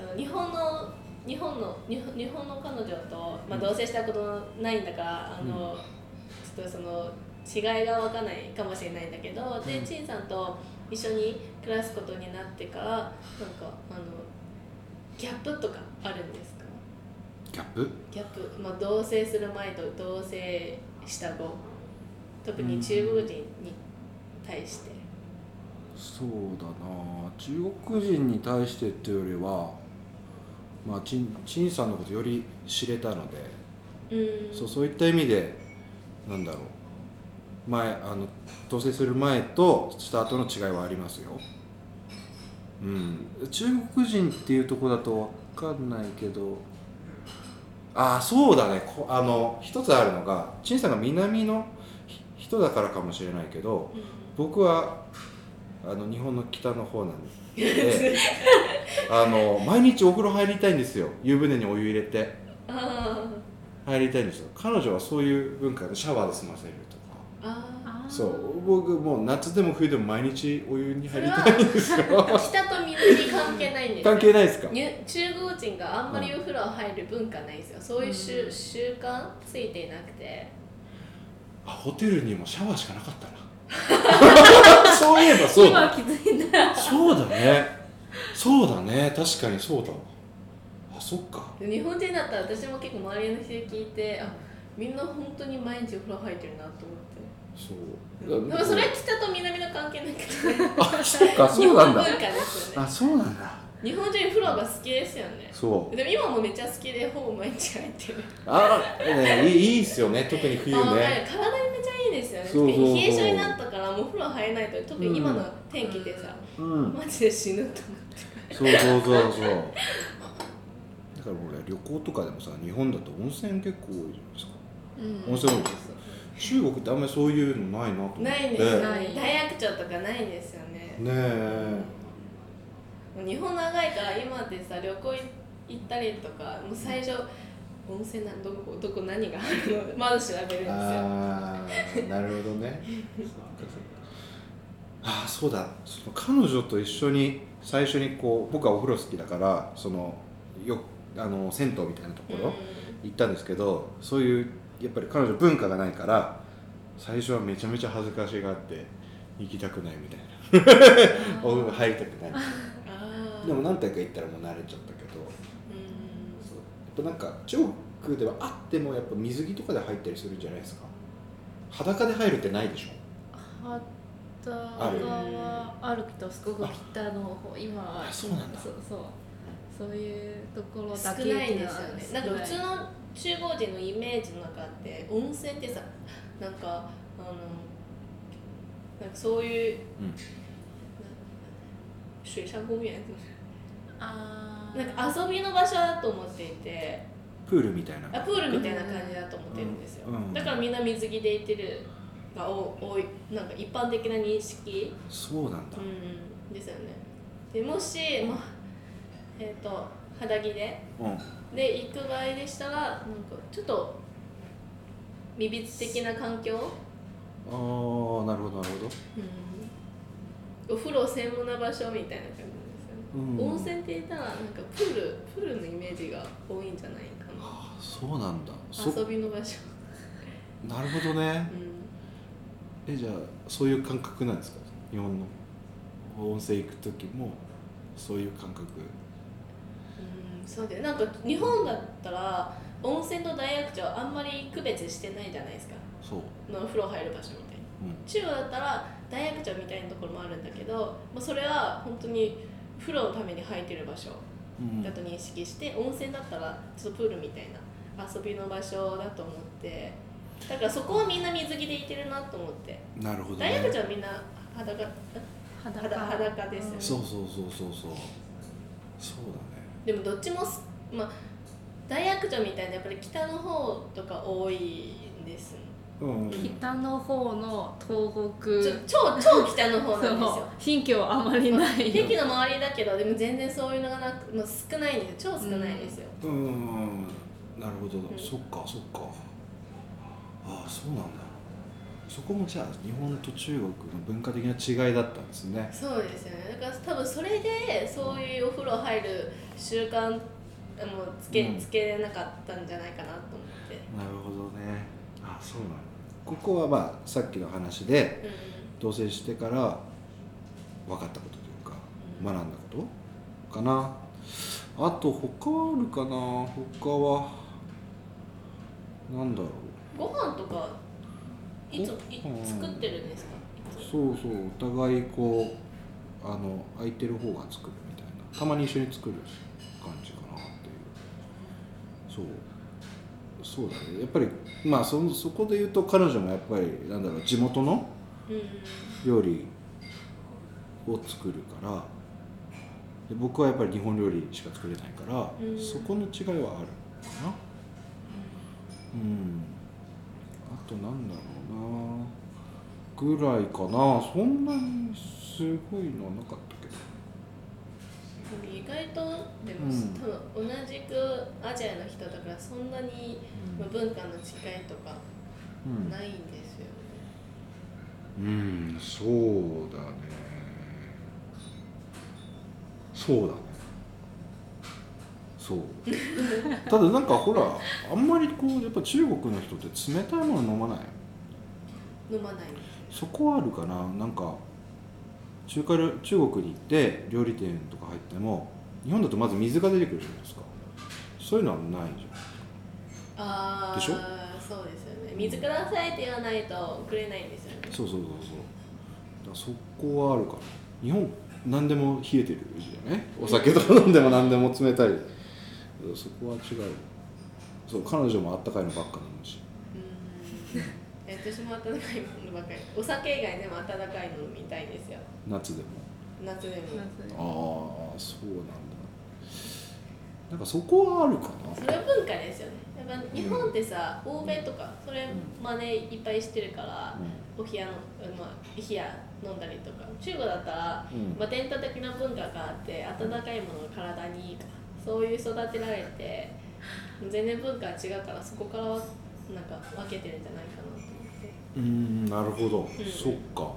あの日本の日本の日本日本の彼女と、まあ、同棲したことないんだから、あのちょっとその違いが分かんないかもしれないんだけど、で
うん
陳さんと一緒に暮らすことになってからなんかあのギャップとかあるんですか
ギャップ
ギャップ、まあ、同棲する前と同棲した後特に中国人に対して、
そうだな中国人に対してっていうよりはまあ陳陳さんのことより知れたので、
うん
そうそういった意味でなんだろう前あの同棲する前とした後の違いはありますよ、うん、中国人っていうところだと分かんないけどああそうだねこあの一つあるのが陳さんが南のひ人だからかもしれないけど
うん
僕はあの日本の北の方なん
[LAUGHS]
であの毎日お風呂入りたいんですよ湯船にお湯入れて
あ
入りたいんですよ彼女はそういう文化でシャワーで済ませるとか
ーあ
そう僕もう夏でも冬でも毎日お湯に
ーそ
入
れ
り
[LAUGHS] は
たいんですよ
北と南に関係ないんですね
関係ないですか
に中国人があんまりお風呂入る文化ないんですよそういう習,、
うん
習慣ついていなくて
あホテルにもシャワーしかなか [LAUGHS] ったなそういえばそう
今
だ
気づいた
そうだねそうだね確かにそうだわあそっか
日本人だったら私も結構周りの人に聞いてあみんな本当に毎日お風呂入ってるなと思
そう
ってでもそれは北と南の関係なくて
あそっかそうなんだ
日本文化ですよね
あそうなんだ
日本人風呂が好きですよね
そう
でも今もめっちゃ好きでほぼ毎日入ってる、
あ、ね、いいいいっすよね特に冬
あなんか
ね
体にめっちゃいいですよね
そうそうそう
特に冷え性になったからもうお風呂入らないと特に今の天気でさ、
うん
マジで死ぬと思って
そうそうそうそうだから俺旅行とかでもさ日本だと温泉結構多いじゃないですか
うん
温泉多いです中国ってあんまりそういうのないなと思って
ないんですよ
ね
な
ね
い
大白鳥とかないんですよね
え
もう日本長いから今ってさ旅行行ったりとかもう最初温泉なんどこどこ何があるのまだ調べるんですよ
ああなるほどねああそうだその彼女と一緒に最初にこう僕はお風呂好きだからそのよあの銭湯みたいなところ、行ったんですけどそういうやっぱり彼女文化がないから最初はめちゃめちゃ恥ずかしがって行きたくないみたいなお風呂入りたくない
あー
でも何回か行ったらもう慣れちゃったけど
うん
そうやっぱなんか中国ではあってもやっぱ水着とかで入ったりするんじゃないですか裸で入るってないでしょ
はたはあるけどすごく北の方今は
あそうなんだ
そうそうそういうところだけ
少ないですよねなんか普通
の
の中国人のイメージの中って温泉ってさなんかあのなんかそういう、
うん
水上公園
あ
なんか遊びの場所だと思っていて
プールみたいな
あプールみたいな感じだと思ってるんですよ、
うんうん
だからみんな水着で行ってるが多多いなんか一般的な認識、
そうなんだ、
うん、ですよねでもし、まあえっと肌着で
うん
で行く場合でしたらなんかちょっと未密的な環境、
あーなるほどなるほど、
お風呂専門な場所みたいな感じですよね、
うん
温泉って言ったらなんかプールプールのイメージが多いんじゃないかな
あそうなんだそ
遊びの場所、
なるほどね
うん、
えじゃあそういう感覚なんですか日本の温泉行く時もそういう感覚
うんそうだよなんか日本だったら温泉と大浴場あんまり区別してないじゃないですか
そう、
のお風呂入る場所みたいな
うん、
中国だったら大浴場みたいなところもあるんだけど、まあ、それは本当にお風呂のために入ってる場所
うん
だと認識して、温泉だったらちょっとプールみたいな遊びの場所だと思ってだからそこはみんな水着でいてるなと思って
なるほど
大
ね
浴場はみんな裸
裸
肌裸ですよね
そうそうそうそうそうそう
でもどっちもすまあ大浴場みたいなやっぱり北の方とか多いんです
だねうん
北の方の東
ちょ
北
超超北の方なんです
そ
よ
う新居はあまりない
駅の周りだけどでも全然そういうのがなく、まあ、少ないんですよ超少ないですよ、
うんなるほど、
ん
そっかそっかああそうなんだそこもじゃあ日本と中国の文化的な違いだったんですね
そうですよねだから多分それでそういうお風呂入る習慣あのつけ,、
うん
つけれなかったんじゃないかなと思って、
なるほどねああそうなんだここはまあさっきの話で
う
同棲してから分かったことというか学んだことかなあと他あるかな他はなんだろ
ご飯とかいつい
うん
作ってるんですか
う
いつ
そうそうお互いこうあの空いてる方が作るみたいなたまに一緒に作る感じかなっていうそうそうだねやっぱりまあそそこで言うと彼女もやっぱりなんだろう地元の
うんうん
料理を作るからで僕はやっぱり日本料理しか作れないから、
うん
そこの違いはあるかなうんあとなんだろうなぐらいかなそんなにすごいのはなかったけど
でも意外とでも、
うん
多分同じくアジアの人だからそんなにまあ文化の違いとか
うん
ないんですよね、
うん、そうだねそうだねそうただなんかほらあんまりこうやっぱ中国の人って冷たいもの飲まない
飲まないんです
そこはあるかななんか中華料中国に行って料理店とか入っても日本だとまず水が出てくるじゃないですかそういうのはないじ
ああ
でしょ
そうですよね水くださいって言わないとくれないんですよね
ゃんそうそうそうそうだからそこはあるかな日本何でも冷えてるじゃないお酒とか飲んでも何でも冷たいそこは違うそう彼女もあったかいのばっか飲むし
うんえ私も温かいものばかりお酒以外でも温かいの飲みたいんですよ
夏でも
夏でも
ああそうなんだなんかそこはあるか
そ
な
れは文化ですよねやっぱ日本ってさ、欧米とかそれ真似いっぱいしてるから、お冷やの、まあ、冷や飲んだりとか中国だったら、
うん
まあ、伝統的な文化があって温かいものが体にいいとかそういう育てられて全然文化は違うからそこからなんか分けてるんじゃないかなと思って
うんうんなるほど、
ん
そっか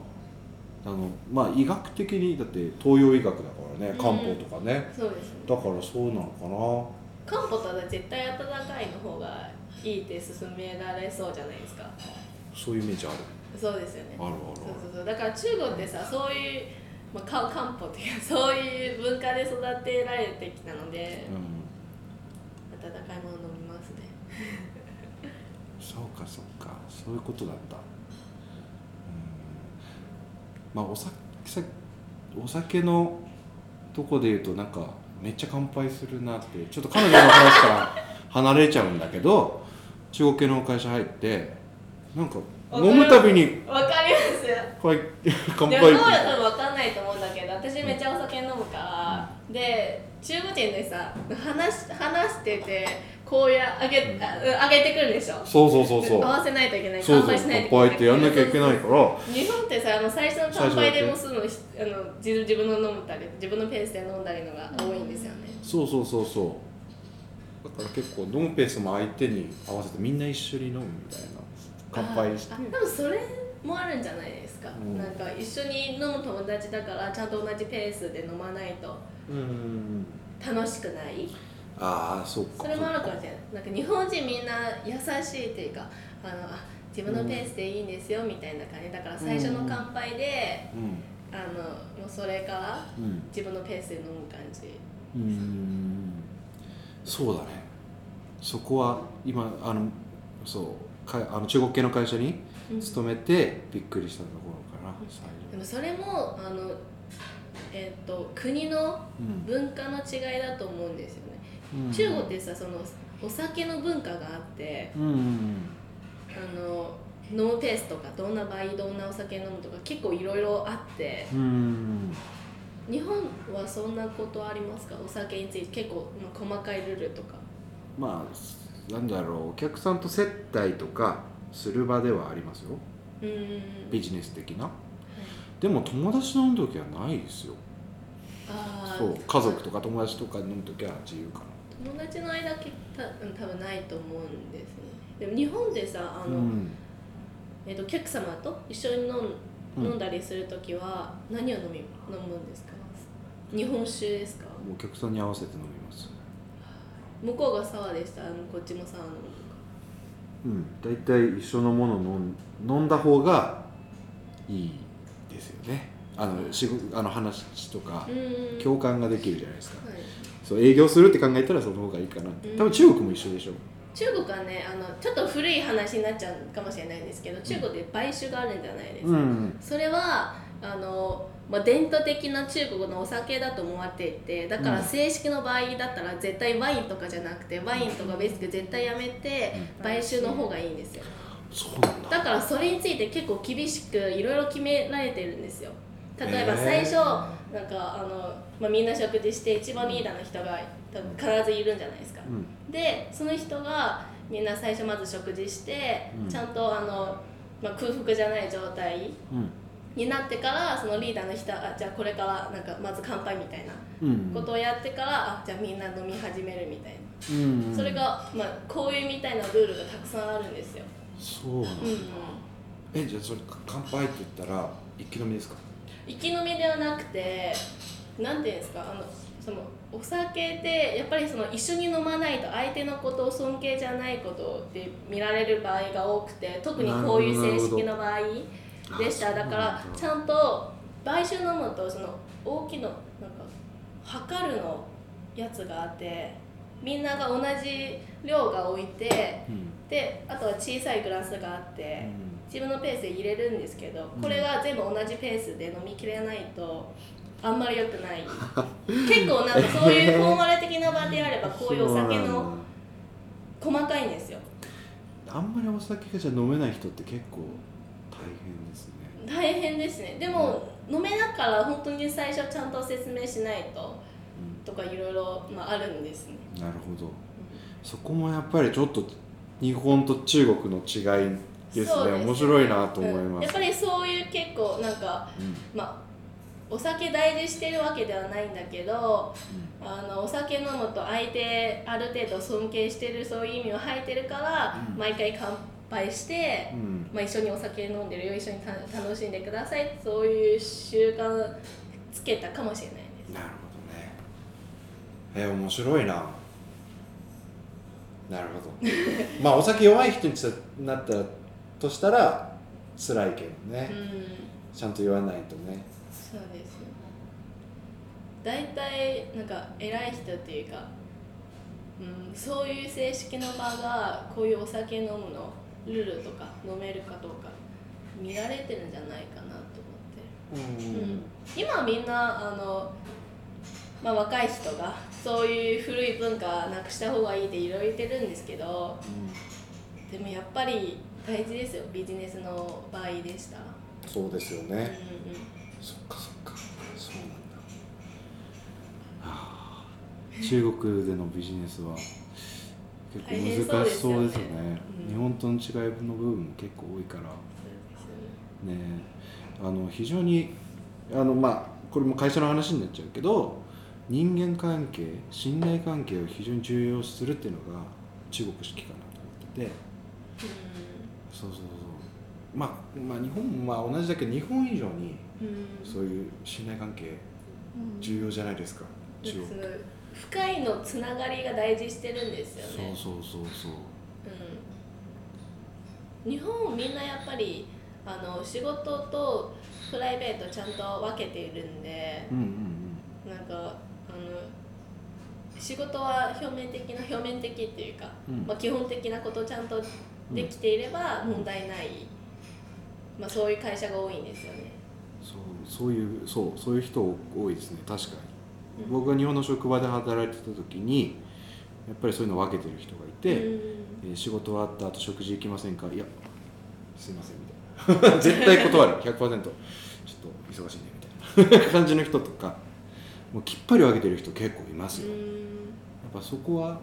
あのまあ医学的にだって東洋医学だからね漢方とかね、
そうですね
だからそうなの
漢方とは絶対温かいの方がいいって勧められそうじゃないですか
かなそういうイメージある
そうですよね
あるある
そうそうそうだから中国ってさそういう、まあ、漢漢方っていうかそういう文化で育てられてきたので
ある、うん、
温かいもの飲みますね
そうかそうかそういうことだったうんまあお酒さお酒のとこで言うとなんかめっちゃ乾杯するなってちょっと彼女の話から離れちゃうんだけど中国系の会社入ってなんか飲むたびに
わかりますよ
これ乾
で
杯 [LAUGHS]
もそうだと多分分かんないと思うんだけど私めっちゃお酒飲むから、で中国人でさ話し話しててこうや上げ,あ、うん、上げてくるでしょ
そうそうそうそう
合わせないといけない
そうそう
乾杯しない
乾
といけない
杯ってやんなきゃいけないから
日本ってさあの最初の乾杯でもすぐしあの自自分の飲むたり自分のペースで飲んだりのが多いんですよね、
そうそうそうそうだから結構飲むペースも相手に合わせてみんな一緒に飲むみたいな乾杯して
ああでもそれもあるんじゃないですか、
うん
なんか一緒に飲む友達だからちゃんと同じペースで飲まないと
うんうんうん
楽しくない
ああそっか
それもあるかもしれないなんか日本人みんな優しいっていうかあのあ自分のペースでいいんですよみたいな感じだから最初の乾杯で、
う
あのもうそれから
んうん
自分のペースで飲む感じ
うーんそうだねそこは今あのそうかあの中国系の会社に勤めてびっくりしたところかな最
で
初
もそれもあの、えっと国の
うん
文化の違いだと思うんですよね、
うん
中国ってさそのお酒の文化があって
うんうん
あのノーペースとかどんな場合どんなお酒飲むとか結構いろいろあって
うんうん
日本はそんなことありますかお酒について結構、まあ、細かいルールとか
まあなんだろうお客さんと接待とかする場ではありますよ
うーん
ビジネス的なでも友達と飲む時はないですよ
あー
そう家族とか友達とか飲む時は自由かな
友達の間けたうん多分ないと思うんですねでも日本でさあの、
うん
えっと、お客様と一緒に飲ん
うん
飲んだりするときは何を飲み飲むんですか日本酒ですか
お客さんに合わせて飲みます
向こうがサワーでしたらこっちもサワー飲むとか
うん大体一緒のものを飲ん飲んだ方がいいですよね
う
あの仕事あの話とか
うん
共感ができるじゃないですか
はい
そう営業するって考えたらその方がいいかなって
うん
多分中国も一緒でしょ
中国はねあのちょっと古い話になっちゃうかもしれないんですけど中国で買収があるんじゃないですか、
うん
それはあの、まあ、伝統的な中国のお酒だと思われていてだか
う
ら
ん
正式の場合だったら絶対ワインとかじゃなくてワインとかベースク絶対やめて
うん
買収の方がいいんですよ
そうなん
だ
だ
からそれについて結構厳しくいろいろ決められてるんですよ例えば
へー
最初、なんかあの、まあ、みんな食事して一番リーダーの人が多分必ずいるんじゃないですか、
うん
でその人がみんな最初まず食事して、
うん
ちゃんとあの、まあ、空腹じゃない状態
うん
になってからそのリーダーの人がじゃあこれからなんかまず乾杯みたいな
うん
ことをやってから、あじゃあみんな飲み始めるみたいな、
うん
それが、まあ、こういうみたいなルールがたくさんあるんですよ、
そうなん
うん
だ
うん、
えじゃあそれか乾杯って言ったら一気飲みですか
生き飲みではなくてなんていうんですかあのそのお酒ってやっぱりその一緒に飲まないと相手のことを尊敬じゃないことって見られる場合が多くて特にこういう正式の場合でした
あ
だから
そうなんだ
ちゃんと買収飲むとその大きななんか測るのやつがあってみんなが同じ量が置いて
うん
であとは小さいグラスがあって。自分のペースで入れるんですけどこれが全部同じペースで飲みきれないとあんまり良く
[LAUGHS]
ない結構なんかそういうフォーマル的な場であればこういうお酒
そうなん
の
だ
細かいんですよ
あんまりお酒がじゃあ飲めない人って結構大変ですね
大変ですねでも飲めながら本当に最初ちゃんと説明しないととかいろいろまああるんですね
うんなるほどそこもやっぱりちょっと日本と中国の違いです
そう
ね
ですね
面白いなと思い
うん
ま
やっ
す
ぱりそういう結構なんか
うんうん
まあお酒大事してるわけではないんだけどあのお酒飲むと相手ある程度尊敬してるそういう意味を吐いてるから、
うん
毎回乾杯して、
うん
まあ、一緒にお酒飲んでるよ一緒にた楽しんでくださいそういう習慣つけたかもしれないです
なるほどねえ面白いななるほど [LAUGHS] まあお酒弱い人になったらとしたら辛いけどね、
うん
ちゃんと言わないとね
そうですよ大体なんか偉い人っていうか、うん、そういう正式の場がこういうお酒飲むのルールとか飲めるかどうか見られてるんじゃないかなと思って。
うん
今みんなあの、まあ、若い人がそういう古い文化なくした方がいいっていろいろ言ってるんですけどでもやっぱり大事ですよビジネスの場合でした、
そうですよね、
うんうん
そっかそっかそうなんだ、はあ、中国でのビジネスは結構難しそうですよね
うん
日本との違いの部分も結構多いからねあの非常にあのまあこれも会社の話になっちゃうけど人間関係信頼関係を非常に重要視するっていうのが中国式かなと思ってて
そうですよね
そうそうそうまあ、まあ日本もまあ同じだけど日本以上に
うんうん
そういう信頼関係
うん
重要じゃないですか
だ
中
から
国
その深いのつながりが大事してるんですよね
そうそうそうそう
うん、日本みんなやっぱりあの仕事とプライベートちゃんと分けているんで
うんうん
なんかあの仕事は表面的な表面的っていうか、
うん
まあ、基本的なことちゃんとできていれば問題ない、まあ、そういう会社が多いんですよね。
そうそういうそうそういう人多いですね確かに、
うん
僕が日本の職場で働いてた時にやっぱりそういうのを分けてる人がいて、
うん
えー仕事終わった後食事行きませんかいやすいませんみたいな [LAUGHS] 絶対断る100%ちょっと忙しいねみたいな感じの人とかもうきっぱり分けてる人結構いますよ、
う
やっ
ん
ぱそこは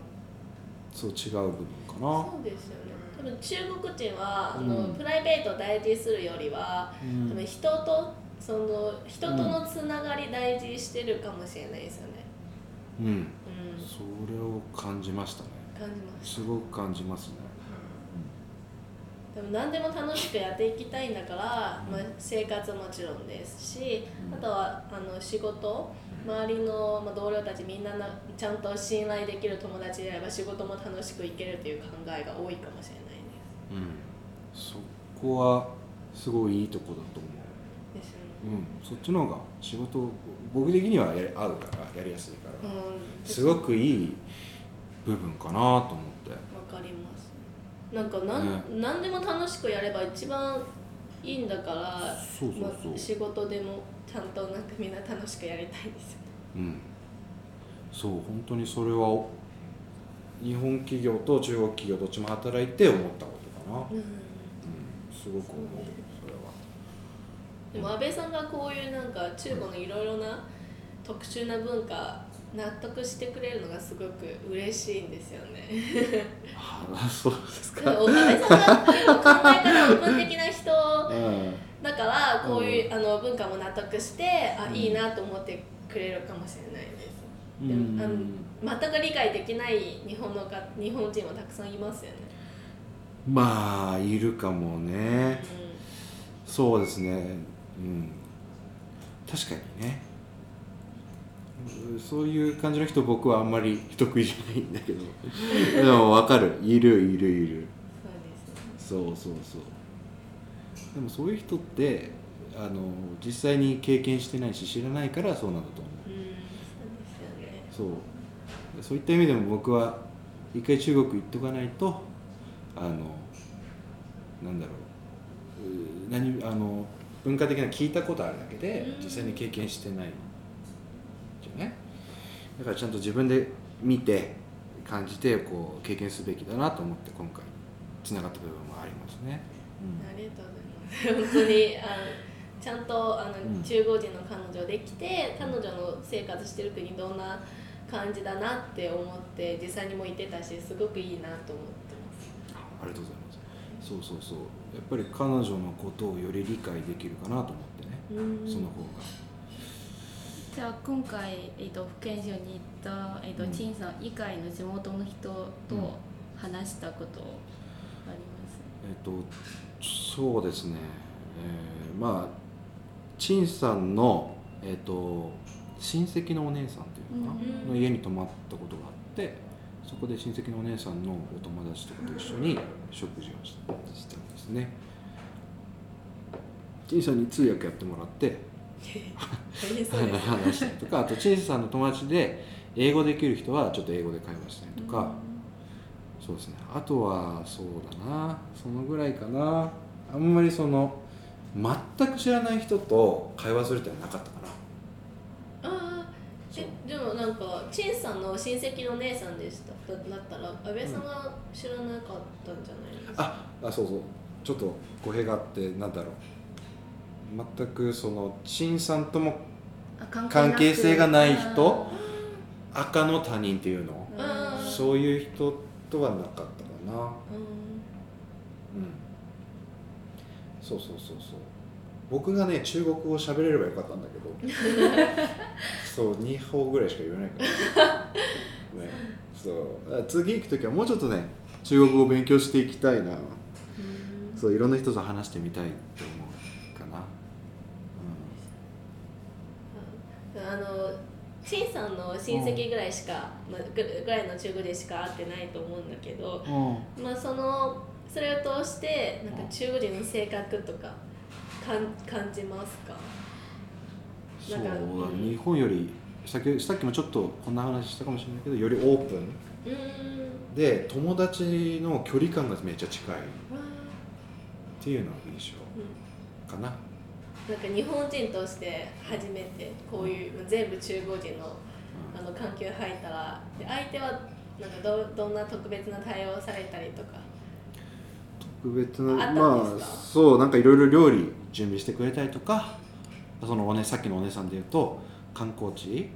そう違う部分か
そうですよね多分中国人は、あ
う
の
ん
プライベートを大事にするよりは
な、う
多分人とその人とのつながり大事にしてるかもしれないですよね。
うん、
うん、
それを感じましたね
感じます。
すごく感じますね、
でも何でも楽しくやっていきたいんだから、まあ、生活もちろんですし
うん
あとはあの仕事周りの、まあ、同僚たちみんななちゃんと信頼できる友達であれば仕事も楽しくいけるという考えが多いかもしれないです。
うんそこはすごいいいとこだと思う
ですよね
うん、そっちの方が仕事僕的にはやり合うからやりやすいから、
うん
すごくいい部分かなと思って
わかりますなんかなん、何でも楽しくやれば一番いいんだから
そうそうそう
まあ仕事でもちゃんとなんかみんな楽しくやりたいですよね
うんそう本当にそれは日本企業と中国企業どっちも働いて思ったことかな、うん、すごく思うそれは
でも安倍さんがこういうなんか中国のいろいろな特殊な文化納得してくれるのがすごく嬉しいんですよね。
[LAUGHS] あ
[LAUGHS]
そうです
で
か、
も安倍さんが考え方が文的な人
うん
だからこういう、
う
あの文化も納得してあ、
うん
いいなと思ってくれるかもしれないです。
う
でもあの
ん、
全く理解できない日本のか日本人もたくさんいますよね。
まあいるかもね
う
そうですねうん確かにねうんそういう感じの人僕はあんまり得意じゃないんだ [LAUGHS] けどでも分かるいるいるいる
ん、そうです
そ
ね。
うそうそうでもそういう人ってあの実際に経験してないし知らないからそうなんだと思
うん、そうですよね。
うそうそういった意味でも僕は一回中国行っとかないとあのなんだろううー何あの文化的な聞いたことあるだけで
うん
実際に経験してないじゃないだからちゃんと自分で見て感じてこう経験すべきだなと思って今回つながった部分もありますね。うん
ありがとうございます。本当にあのちゃんとあの、
うん
中国人の彼女できて彼女の生活してる国どんな感じだなって思って実際にも行ってたしすごくいいなと思ってます。
ありがとうございます。そうそうそう。やっぱり彼女のことをより理解できるかなと思ってね。
うん
その方
じゃあ今回、えっと福建省に行った、えっと
うん
陳さん以外の地元の人
うん
と話したことあります、
が。えっとそうですね。えーまあ陳さんのえっと親戚のお姉さんっていうのかな、
うん
の家に泊まったことがあって、そこで親戚のお姉さんのお友達とかと一緒に食事をしたしたんですね。陳さんに通訳やってもらって。
大変 [LAUGHS] そうです。
話したりとかあとチーズさんの友達で英語できる人はちょっと英語で会話したりとか、そうですねあとはそうだなそのぐらいかなあんまりその全く知らない人と会話するってのはなかったかな
ああ
そう
えでもなんか陳さんの親戚の姉さんでしただだったら安倍さんが知らなかったんじゃないですか、
ああそうそうちょっと語弊があってなんだろう全くその陳さんとも
あ関
関係性がない人
あ
赤の他人っていうの、
ー
あー
そういう人とはなかったかな
う
う
ん
んそうそうそうそう僕がね中国語喋れればよかったんだけど
[LAUGHS]
そう2歩ぐらいしか言えないから、 [LAUGHS] ね、そうだから次行く時はもうちょっとね中国語を勉強していきたいなそういろんな人と話してみたいと思うかな、
あの陳さんの親戚ぐらいしか、まあ、ぐぐらいの中国人しか会ってないと思うんだけど、
うん
まあ、そのそれを通してなんか中国人の性格とかかん感じますか
そう
なんか
だ
うん
日本よりさっきさっきもちょっとこんな話したかもしれないけどよりオープン
うーん
で友達の距離感がめっちゃ近いっ
わあ
ていうのが印象かな、
うんなんか日本人として初めてこういうまあ全部中国人の
うん
あの環境入ったらで相手はなんかどどんな特別な対応されたりとか
特別
あった
なんま
で
あ
すか
そうなんかいろいろ料理準備してくれたりとかそのお、ね、さっきのお姉さんで言うと観光地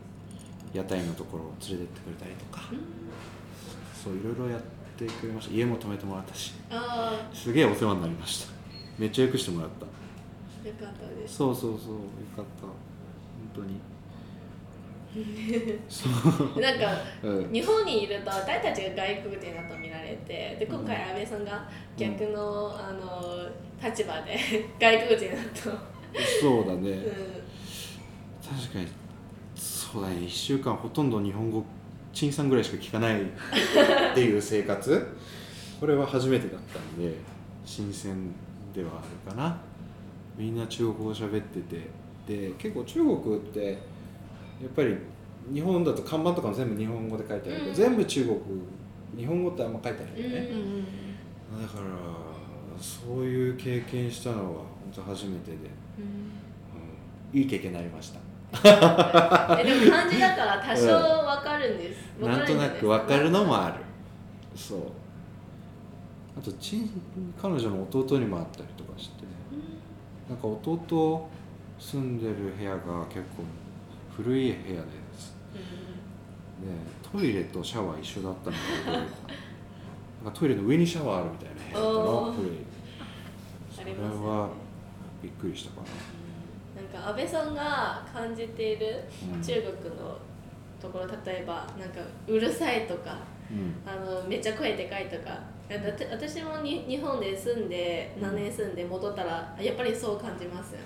屋台のところを連れてってくれたりとかそういろいろやってくれました家も泊めてもらったし
あ
すげえお世話になりましためっちゃよくしてもらった
あよかったです
[LAUGHS] そうそうそうよかった本当にそ
なんか
う、うん、
日本にいると私たちが外国人だと見られてで今回安倍さんが逆の,、あの立場で [LAUGHS] 外国人だと、
そうだ
う
ね
ん、
確かにそうだね1週間ほとんど日本語陳さんぐらいしか聞かないっていう生活これは初めてだったんで新鮮ではあるかなみんな中国語喋っててで結構中国ってやっぱり日本だと看板とかも全部日本語で書いてあるけど、
うん
全部中国日本語ってあんま書いてないよ
うん
ね、
うんうん
だからそういう経験したのは本当初めてで、 [LAUGHS] うん、いい経験になりました
えでも漢字だから多少わかるんです、わ
な
か
んと
るじゃ
ない
です
く分かるのもあるそうあとちん彼女の弟にも会ったりとかして
うん
なんか弟住んでる部屋が結構古い部屋ですねトイレとシャワー一緒だったのが驚いたなんかトイレの上にシャワーあるみたいな部屋だった
お
の
ー
古い
あ
それ
りますよ
は
ね
びっくりしたかな
なんか安倍さんが感じている
うん
中国のところ例えばなんかうるさいとか
うん
あのめっちゃ声でかいとかだって私もに日本で住んで7年住んで戻ったらやっぱりそう感じますよね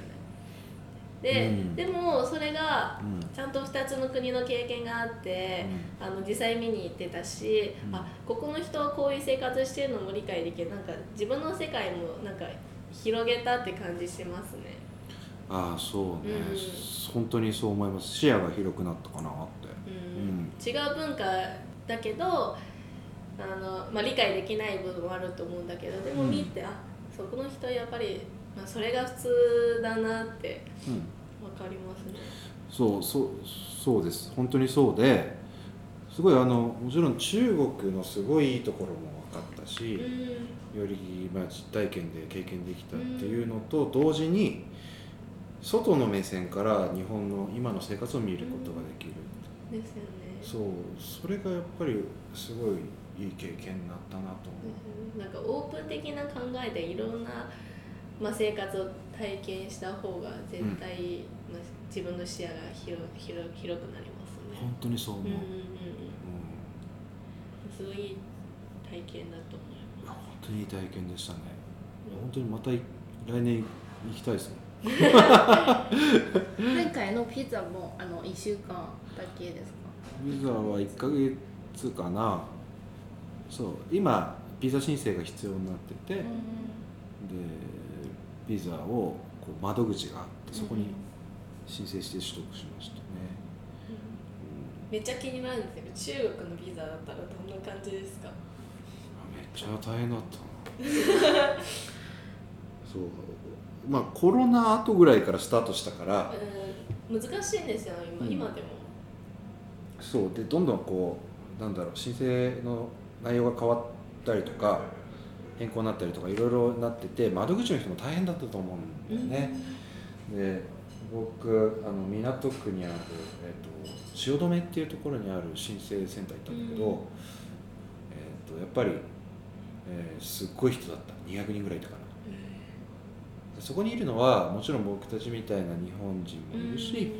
で、
うん
でもそれが
うん
ちゃんと2つの国の経験があって、あの実際見に行ってたし、
うん
あここの人はこういう生活してるのも理解できるなんか自分の世界もなんか広げたって感じしますね
ああそうね、
うん
本当にそう思います視野が広くなったかなって
うん違う文化だけどあの、まあ、理解できない部分もあると思うんだけどでも
うん
見て、あそこの人はやっぱり、まあ、それが普通だなって
うん
分かりますね。
そうそうそうです本当にそうですごいあのもちろん中国のすごいいいところも分かったし、よりまあ実体験で経験できたっていうのと同時に外の目線から日本の今の生活を見ることができる、
うん、ですよね。
そうそれがやっぱりすごいいい経験になったなと思
なんかオープン的な考えでいろんな、まあ、生活を体験した方が絶対、まあ、自分の視野が広広広くなります
う、
ね。
本当にそう思
うん
う、
うん
う
うんんうん、すごいいい体験だと思い
いや
ま
本当にいい体験でしたねいや本当にまたい来年行きたいですね
前回のピザもあの1週間だけですか
ビザは1ヶ月かなそう今ビザ申請が必要になってて、
う
で
ん
ビザをこう窓口があってそこ
うん
に申請して取得しましたね、
す、めっちゃ気になるんですけど中国のビザだったらどんな感じですか
うんめっちゃ大変だったな
[LAUGHS]
そうまあコロナ後ぐらいからスタートしたから
うん難しいんですよ今,、
うん
今でも。
そうでどんどんこうなんだろう申請の内容が変わったりとか変更になったりとかいろいろなってて窓口の人も大変だったと思うんだよね、で僕あの港区にある、えっと汐留っていうところにある申請センター行ったんだけど、
うん
えっとやっぱり、えーすっごい人だった200人ぐらいいたかなでそこにいるのはもちろん僕たちみたいな日本人
うん
もいるし、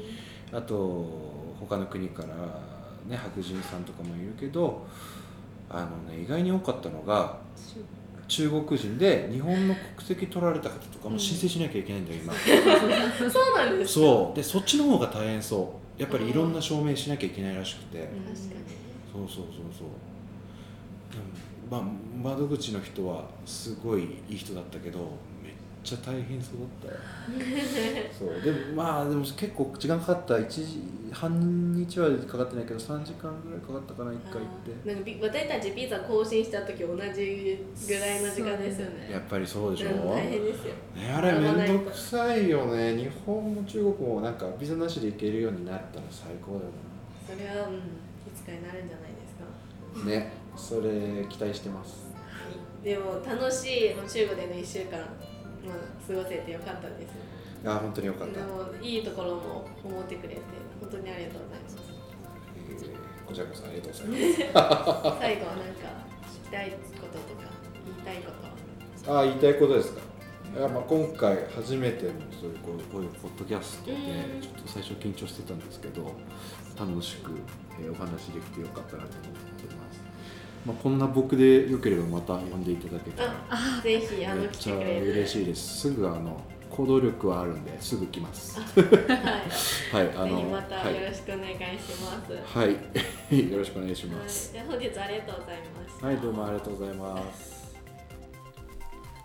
あと他の国から、ね、白人さんとかもいるけどあの、ね、意外に多かったのが中国人で日本の国籍取られた方とかも申請しなきゃいけないんだよ今。
[LAUGHS]
うんそうなんですか
そうでそっちの方が大変そうやっぱりいろんな証明しなきゃいけないらしくて、
ん
確か
そうそうそうそうでもまあ窓口の人はすごいいい人だったけどめっちゃ大変そうだったよ
[LAUGHS]
そうでもまあでも結構時間かかった1時半日はかかってないけど3時間ぐらいかかったかな1回行っ
なんかビ私たちビザ更新した時同じぐらいの時間ですよ
て
ね
やっぱりそうでしょ、
うん大変
ね、
ですよ
あれめんどくさいよね日本も中国もなんかビザなしで行けるようになったら最高だよな
それは、うん、いつかになるんじゃないですか [LAUGHS]
ねそれ期待してます
でも楽しい中国での1週間、まあ、過ごせてよかったです
あ本当によかった、
で
え
もいいところも思ってくれて本当にありがとうございま
ーこちらこそありがとうございます
最後はなんか聞きたいこととか言いたいこと
すあ言いたいことですかいやまあ、今回初めてのそういうこうこういうポッドキャストで
うん
ちょっと最初緊張してたんですけど楽しく、えーお話できてよかったなと思ってます、まあ、こんな僕でよければまた呼んでいただけたら
あぜひあ
め
の
っ
来
ち
て
ゃ
くれる
嬉しいですすぐあの行動力はあるんですぐ来ます
はい
はいあ
ぜひ
の
また
は
よ
い、
ろしくお願いします、はい
はい、 [LAUGHS] よろしくお願いします
じゃあ本日はありがとうございました
はい、どうもありがとうございます。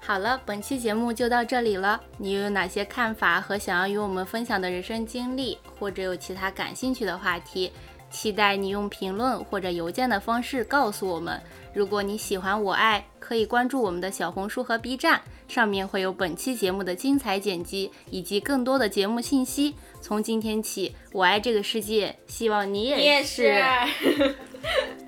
好了，本期节目就到这里了。你有哪些看法和想要与我们分享的人生经历，或者有其他感兴趣的话题？期待你用评论或者邮件的方式告诉我们。如果你喜欢我爱，可以关注我们的小红书和 B 站，上面会有本期节目的精彩剪辑以及更多的节目信息。从今天起，我爱这个世界，希望你
你也
是
是。